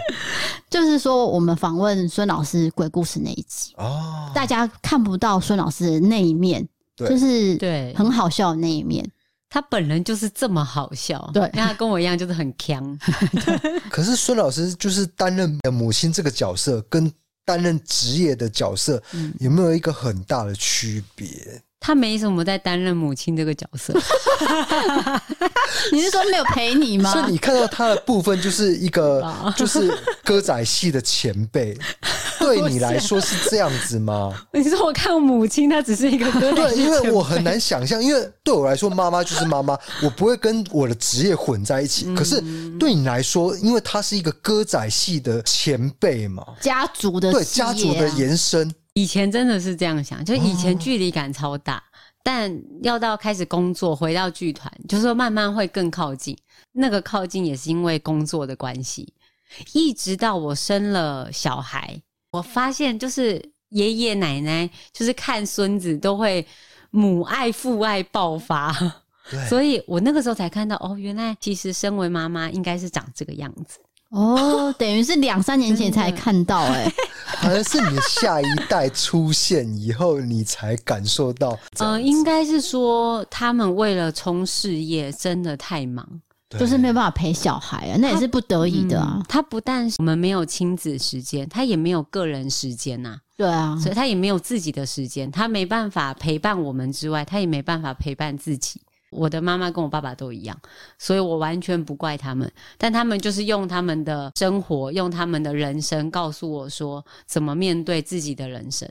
就是说我们访问孙老师鬼故事那一集，
哦，
大家看不到孙老师的那一面，
对
就是
对
很好笑的那一面。
他本人就是这么好笑，
对
那他跟我一样就是很强，
可是孙老师就是担任母亲这个角色，跟担任职业的角色、
嗯
有没有一个很大的区别？
他没什么在担任母亲这个角色，
你是说没有陪你吗？
所以你看到他的部分，就是 一个
吧
就是歌仔戏的前辈，对你来说是这样子吗？
你说我看母亲，她只是一个歌仔
对，
戏
因为
前
我很难想象，因为对我来说，妈妈就是 妈妈，我不会跟我的职业混在一起。
嗯
可是对你来说，因为他是一个歌仔戏的前辈嘛，
家族的
对
企业
家
啊
族的延伸，
以前真的是这样想，就以前距离感超大，但要到开始工作，回到剧团，就是说慢慢会更靠近。那个靠近也是因为工作的关系，一直到我生了小孩，我发现就是爷爷奶奶就是看孙子都会母爱父爱爆发，
对
所以我那个时候才看到哦，原来其实身为妈妈应该是长这个样子。
哦，等于是两三年前才看到 哎、
好像是你下一代出现以后，你才感受到这样子。
嗯，应该是说他们为了冲事业，真的太忙。
对
就是没有办法陪小孩啊，那也是不得已的啊
嗯。他不但是我们没有亲子时间，他也没有个人时间呐、
对
嗯
啊，
所以他也没有自己的时间，他没办法陪伴我们之外，他也没办法陪伴自己。我的妈妈跟我爸爸都一样，所以我完全不怪他们，但他们就是用他们的生活，用他们的人生告诉我说怎么面对自己的人生，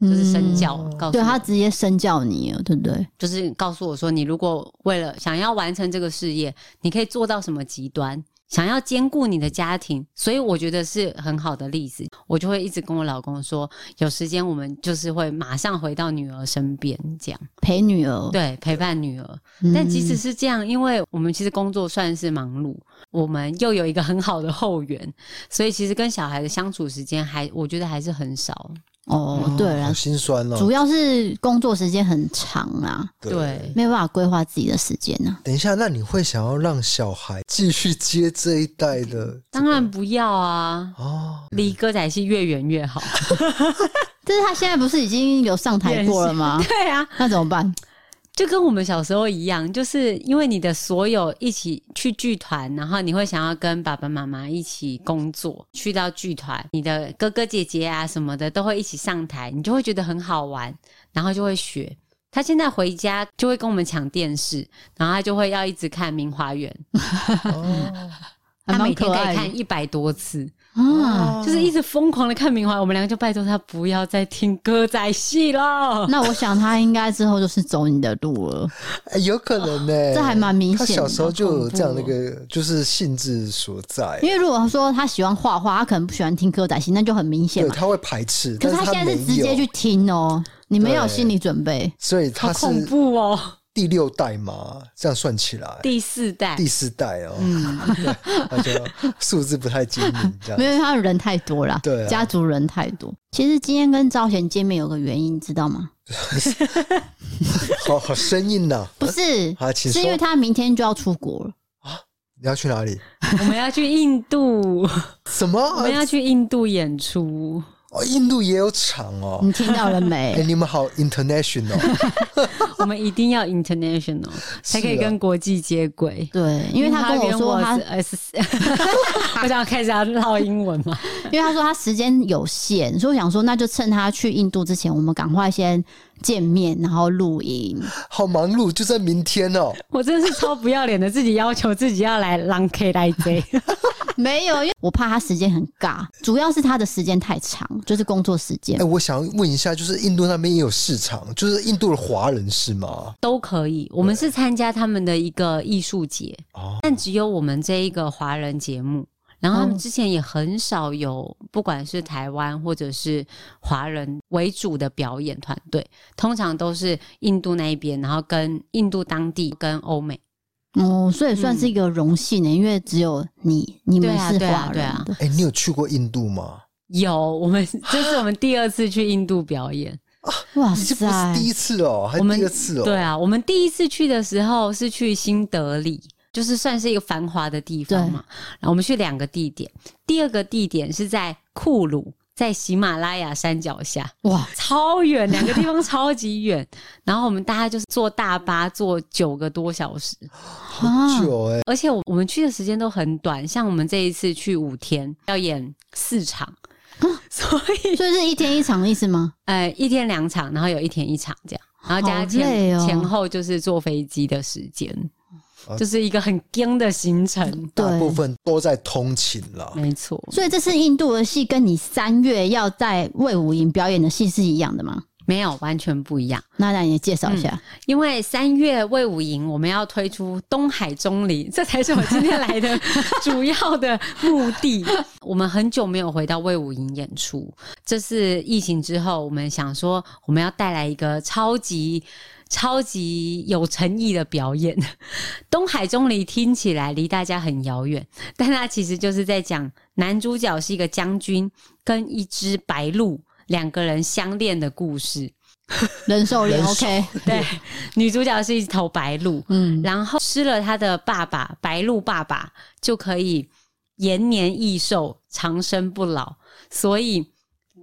就是身教，告
嗯
诉
对
我
他直接身教你了，对不对？
就是告诉我说，你如果为了想要完成这个事业，你可以做到什么极端，想要兼顾你的家庭，所以我觉得是很好的例子。我就会一直跟我老公说，有时间我们就是会马上回到女儿身边，这样
陪女儿，
对陪伴女儿。
嗯，
但即使是这样，因为我们其实工作算是忙碌，我们又有一个很好的后援，所以其实跟小孩的相处时间还我觉得还是很少。
哦，对
嗯好
了，
心酸
主
哦。
要是工作时间很长啊，
对，
没有办法规划自己的时间啊呐、
等一下，那你会想要让小孩继续接这一代的
当然不要啊，
哦？
离歌仔戏越远越好。
但是他现在不是已经有上台过了 吗？
对啊，
那怎么办？
就跟我们小时候一样，就是因为你的所有一起去剧团，然后你会想要跟爸爸妈妈一起工作，去到剧团，你的哥哥姐姐啊什么的都会一起上台，你就会觉得很好玩，然后就会学。他现在回家就会跟我们抢电视，然后他就会要一直看《明华园
哦，》，
还
他每
蛮
天
可
可
爱
以
的
看一百多次，
啊。
哦
就是一直疯狂的看《明华园》。我们两个就拜托他不要再听歌仔戏了。
那我想他应该之后就是走你的路了。
哎有可能呢、
这还蛮明显
他
的
小时候就
好恐
有这样的一
怖哦
个就是性质所在
因，为如果说他喜欢画画，他可能不喜欢听歌仔戏，那就很明显
对，
嘛。
他会排斥。
可是他
但他
现在是
没
直接
有
去，听哦、你没有
对
心理准备，
所以他
好
是
恐怖哦！
第六代嘛，这样算起来。哦
第四代，
第四代哦，
嗯，
而且数字不太精明，这
没
样
有因为他人太多了，
对啊
家族人太多。其实今天跟招贤见面有个原因，知道吗？
好好生硬呐、
不是，
好啊请
是因为
说
他明天就要出国了。
你要去哪里？
我们要去印度，
什么？
我们要去印度演出。
哦，印度也有场哦。
嗯
你听到了
哎、
没？
你们好 international
我们一定要 international 才可以跟国际接轨。
对，因为他跟我说他，
S，我想开始要唠英文嘛。
因为他说他时间有限，所以我想说那就趁他去印度之前，我们赶快先见面，然后录音。
好忙碌，就在明天哦。
我真的是超不要脸的，自己要求自己要来狼 K 来 J。
没有，因为我怕他时间很尬，主要是他的时间太长，就是工作时间
哎、。我想问一下，就是印度那边也有市场，就是印度的华人是吗？
都可以。我们是参加他们的一个艺术节，
哦
但只有我们这一个华人节目。然后他们
哦
之前也很少有，不管是台湾或者是华人为主的表演团队，通常都是印度那一边，然后跟印度当地跟欧美。
哦，所以算是一个荣幸呢、欸因为只有你，你们
对啊
是
对啊
华
对
人
啊
的。
哎、你有去过印度吗？
有我们 这是我们第二次去印度表演，
哇
你这不是
塞！
第一次哦，还
我们
第二次哦。
对啊，哦我们第一次去的时候是去新德里，就是算是一个繁华的地方嘛。然后我们去两个地点，第二个地点是在库鲁，在喜马拉雅山脚下，
哇，
超远，两个地方超级远。 然后我们大概就是坐大巴坐九个多小时，
啊，
久哎、
而且我我们去的时间都很短，像我们这一次去五天，要演四场，所 以
所以是一天一场的意思吗？
呃，一天两场，然后有一天一场这样，然后加
好累
前、
哦
前后就是坐飞机的时间
啊，
就是一个很僵的行程。
大
对
部分都在通勤了。
没错，
所以这次印度的戏跟你三月要在魏武营表演的戏是一样的吗？
没有完全不一样，
那那你也介绍一下。
因为三月魏武营我们要推出东海钟离， 这才是我今天来的主要的目的。我们很久没有回到魏武营演出，这是疫情之后，我们想说我们要带来一个超级超级有诚意的表演。 东海钟离听起来离大家很遥远，但它其实就是在讲男主角是一个将军跟一只白鹭两个人相恋的故事。
人兽恋
人兽
，OK，
对，女主角是一头白鹭，
嗯，
然后吃了她的爸爸白鹭爸爸就可以延年益寿、长生不老，所以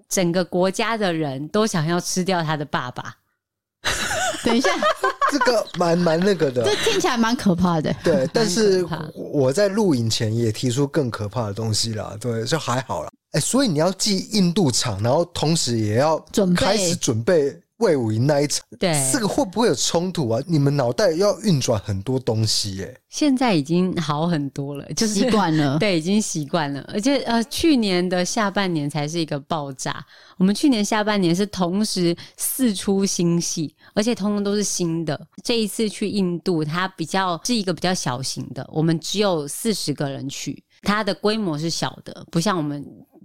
整个国家的人都想要吃掉他的爸爸。
等 一下，
这个蛮蛮那个的，
这听起来蛮可怕的。
对，但是
可怕
我在录影前也提出更可怕的东西啦，对，就还好啦。哎、所以你要记印度场，然后同时也要
准备
开始准备魏武营那一场，
对，
这个会不会有冲突啊？你们脑袋要运转很多东西耶、
现在已经好很多了，就是
习惯了
对，已经习惯了。而且呃，去年的下半年才是一个爆炸。我们去年下半年是同时四出新戏，而且通通都是新的。这一次去印度，它比较是一个比较小型的，我们只有四十个人去，它的规模是小的，不像我们。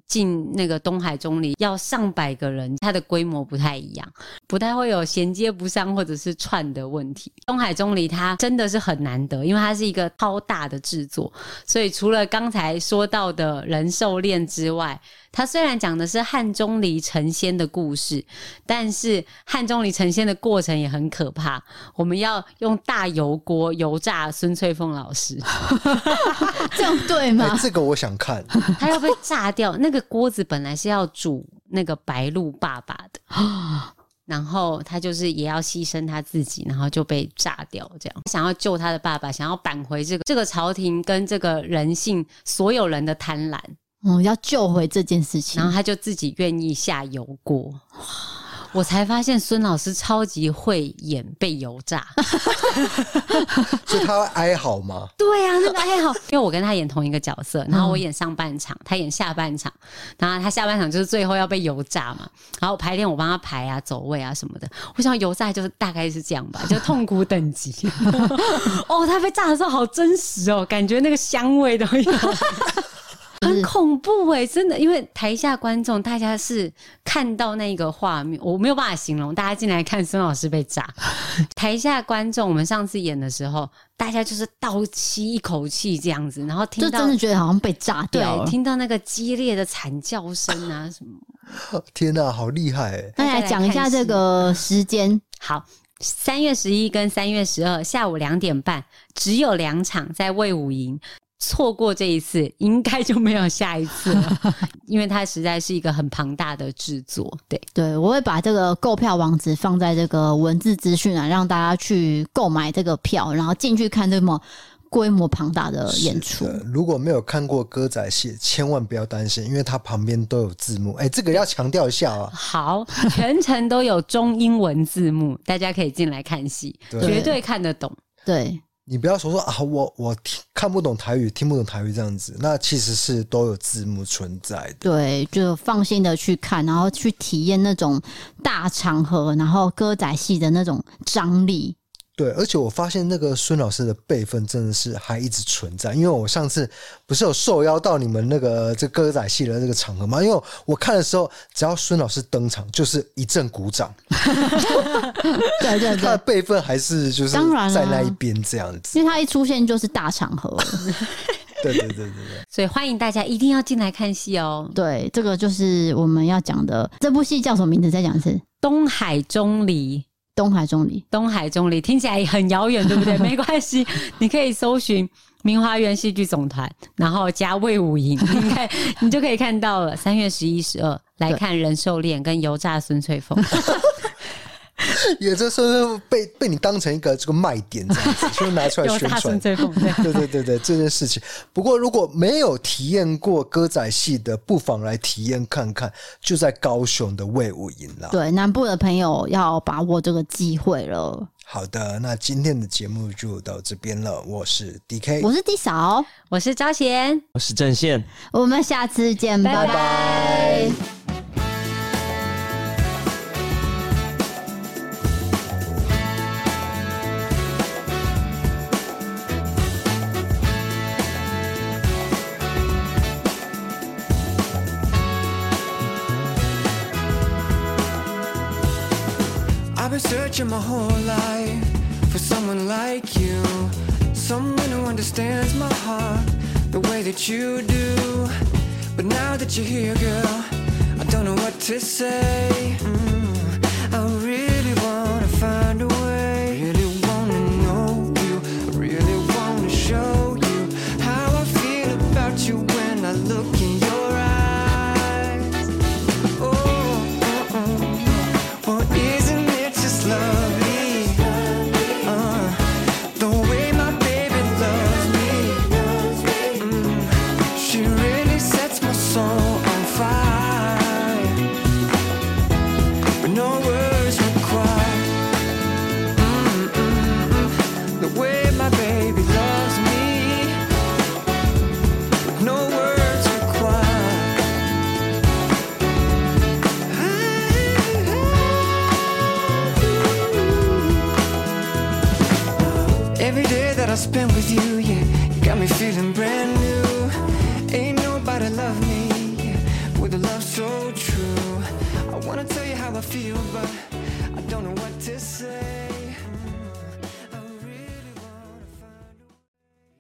进那个东海中里要上百个人，它的规模不太一样。不太会有衔接不上或者是串的问题。东海钟离它真的是很难得，因为它是一个超大的制作，所以除了刚才说到的人兽恋之外，它虽然讲的是汉钟离成仙的故事，但是汉钟离成仙的过程也很可怕。我们要用大油锅油炸孙翠凤老师，
这样对
哎
吗？
这个我想看，
他要被炸掉。那个锅子本来是要煮那个白鹿爸爸的， 然后他就是也要牺牲他自己，然后就被炸掉。这样想要救他的爸爸，想要扳回这个这个朝廷跟这个人性所有人的贪婪，
我哦要救回这件事情
然。后他就自己愿意下油锅。我才发现孙老师超级会演被油炸。
所以他会哀嚎吗？
对啊，那个还好，因为我跟他演同一个角色，然后我演上半场，他演下半场，然后他下半场就是最后要被油炸嘛，然后排练我帮他排啊、走位啊什么的。我想油炸就是大概是这样吧，就痛苦等级。哦，他被炸的时候好真实哦，感觉那个香味都 有。很恐怖哎、真的，因为台下观众大家是看到那个画面，我没有办法形容。大家进来看孙老师被炸，台下观众，我们上次演的时候，大家就是倒吸一口气这样子，然后听
就
到
真的觉得好像被炸掉
对，
了。
听到那个激烈的惨叫声啊什么。
天哪、好厉害、哎！
那来讲一下这个时间，
好，三月十一跟三月十二下午两点半只有两场在魏武营。错过这一次，应该就没有下一次了，因为它实在是一个很庞大的制作。对，
对我会把这个购票网址放在这个文字资讯啊，让大家去购买这个票，然后进去看这么规模庞大的演出。
呃如果没有看过歌仔戏，千万不要担心，因为它旁边都有字幕。哎、这个要强调一下啊，
好，全程都有中英文字幕，大家可以进来看戏，
对
绝对看得懂。
对，
你不要说说啊，我我听看不懂台语，听不懂台语这样子，那其实是都有字幕存在的。
对，就放心的去看，然后去体验那种大场合，然后歌仔戏的那种张力。
对，而且我发现那个孙老师的辈分真的是还一直存在，因为我上次不是有受邀到你们那个这歌仔戏的这个场合吗？因为我看的时候，只要孙老师登场，就是一阵鼓掌，
对对
他
对，
的辈分还是就是
当然啦
在那一边这样子。
因为他一出现就是大场 合了。
对对对对对。
所以欢迎大家一定要进来看戏哦。
对，这个就是我们要讲的。这部戏叫什么名字？再讲一次，《
东海钟离，
东海钟离》。
东海钟离听起来很遥远，对不对？没关系，你可以搜寻明华园戏剧总团，然后加魏武营，你看 你就可以看到了。三月十一、十二来看人兽恋跟油炸孙翠凤。
也这是被被你当成一个这个卖点这 样子，就拿出来
有
宣
大
传
孙。翠凤，对，
对对对对，这件事情。不过如果没有体验过歌仔戏的，不妨来体验看看，就在高雄的魏武营啦。
对，南部的朋友要把握这个机会了。
好的，那今天的节目就到这边了。我是 DK，
我是 D 嫂，
我是招贤，
我是郑宪。
我们下次见，拜
拜
拜
拜
I've been searching my whole life for someone like you. Someone who understands my heart the way that you do. But now that you're here, girl, I don't know what to say. Mm, I really wanna find a way. Really wanna know you. I really wanna show you how I feel about you when I look in your eyes. Oh, oh, oh. Well, isn't it just lovely? Uh, the way my baby loves me. Mm, she really sets my soul on fire. But no words required. Mm, mm, mm, the way my baby loves me. With no words required. Every day that I spend with you, yeah, you got me feeling brand new. Ain't nobody love me yeah, with a love so true. I wanna tell you how I feel, but I don't know what to say.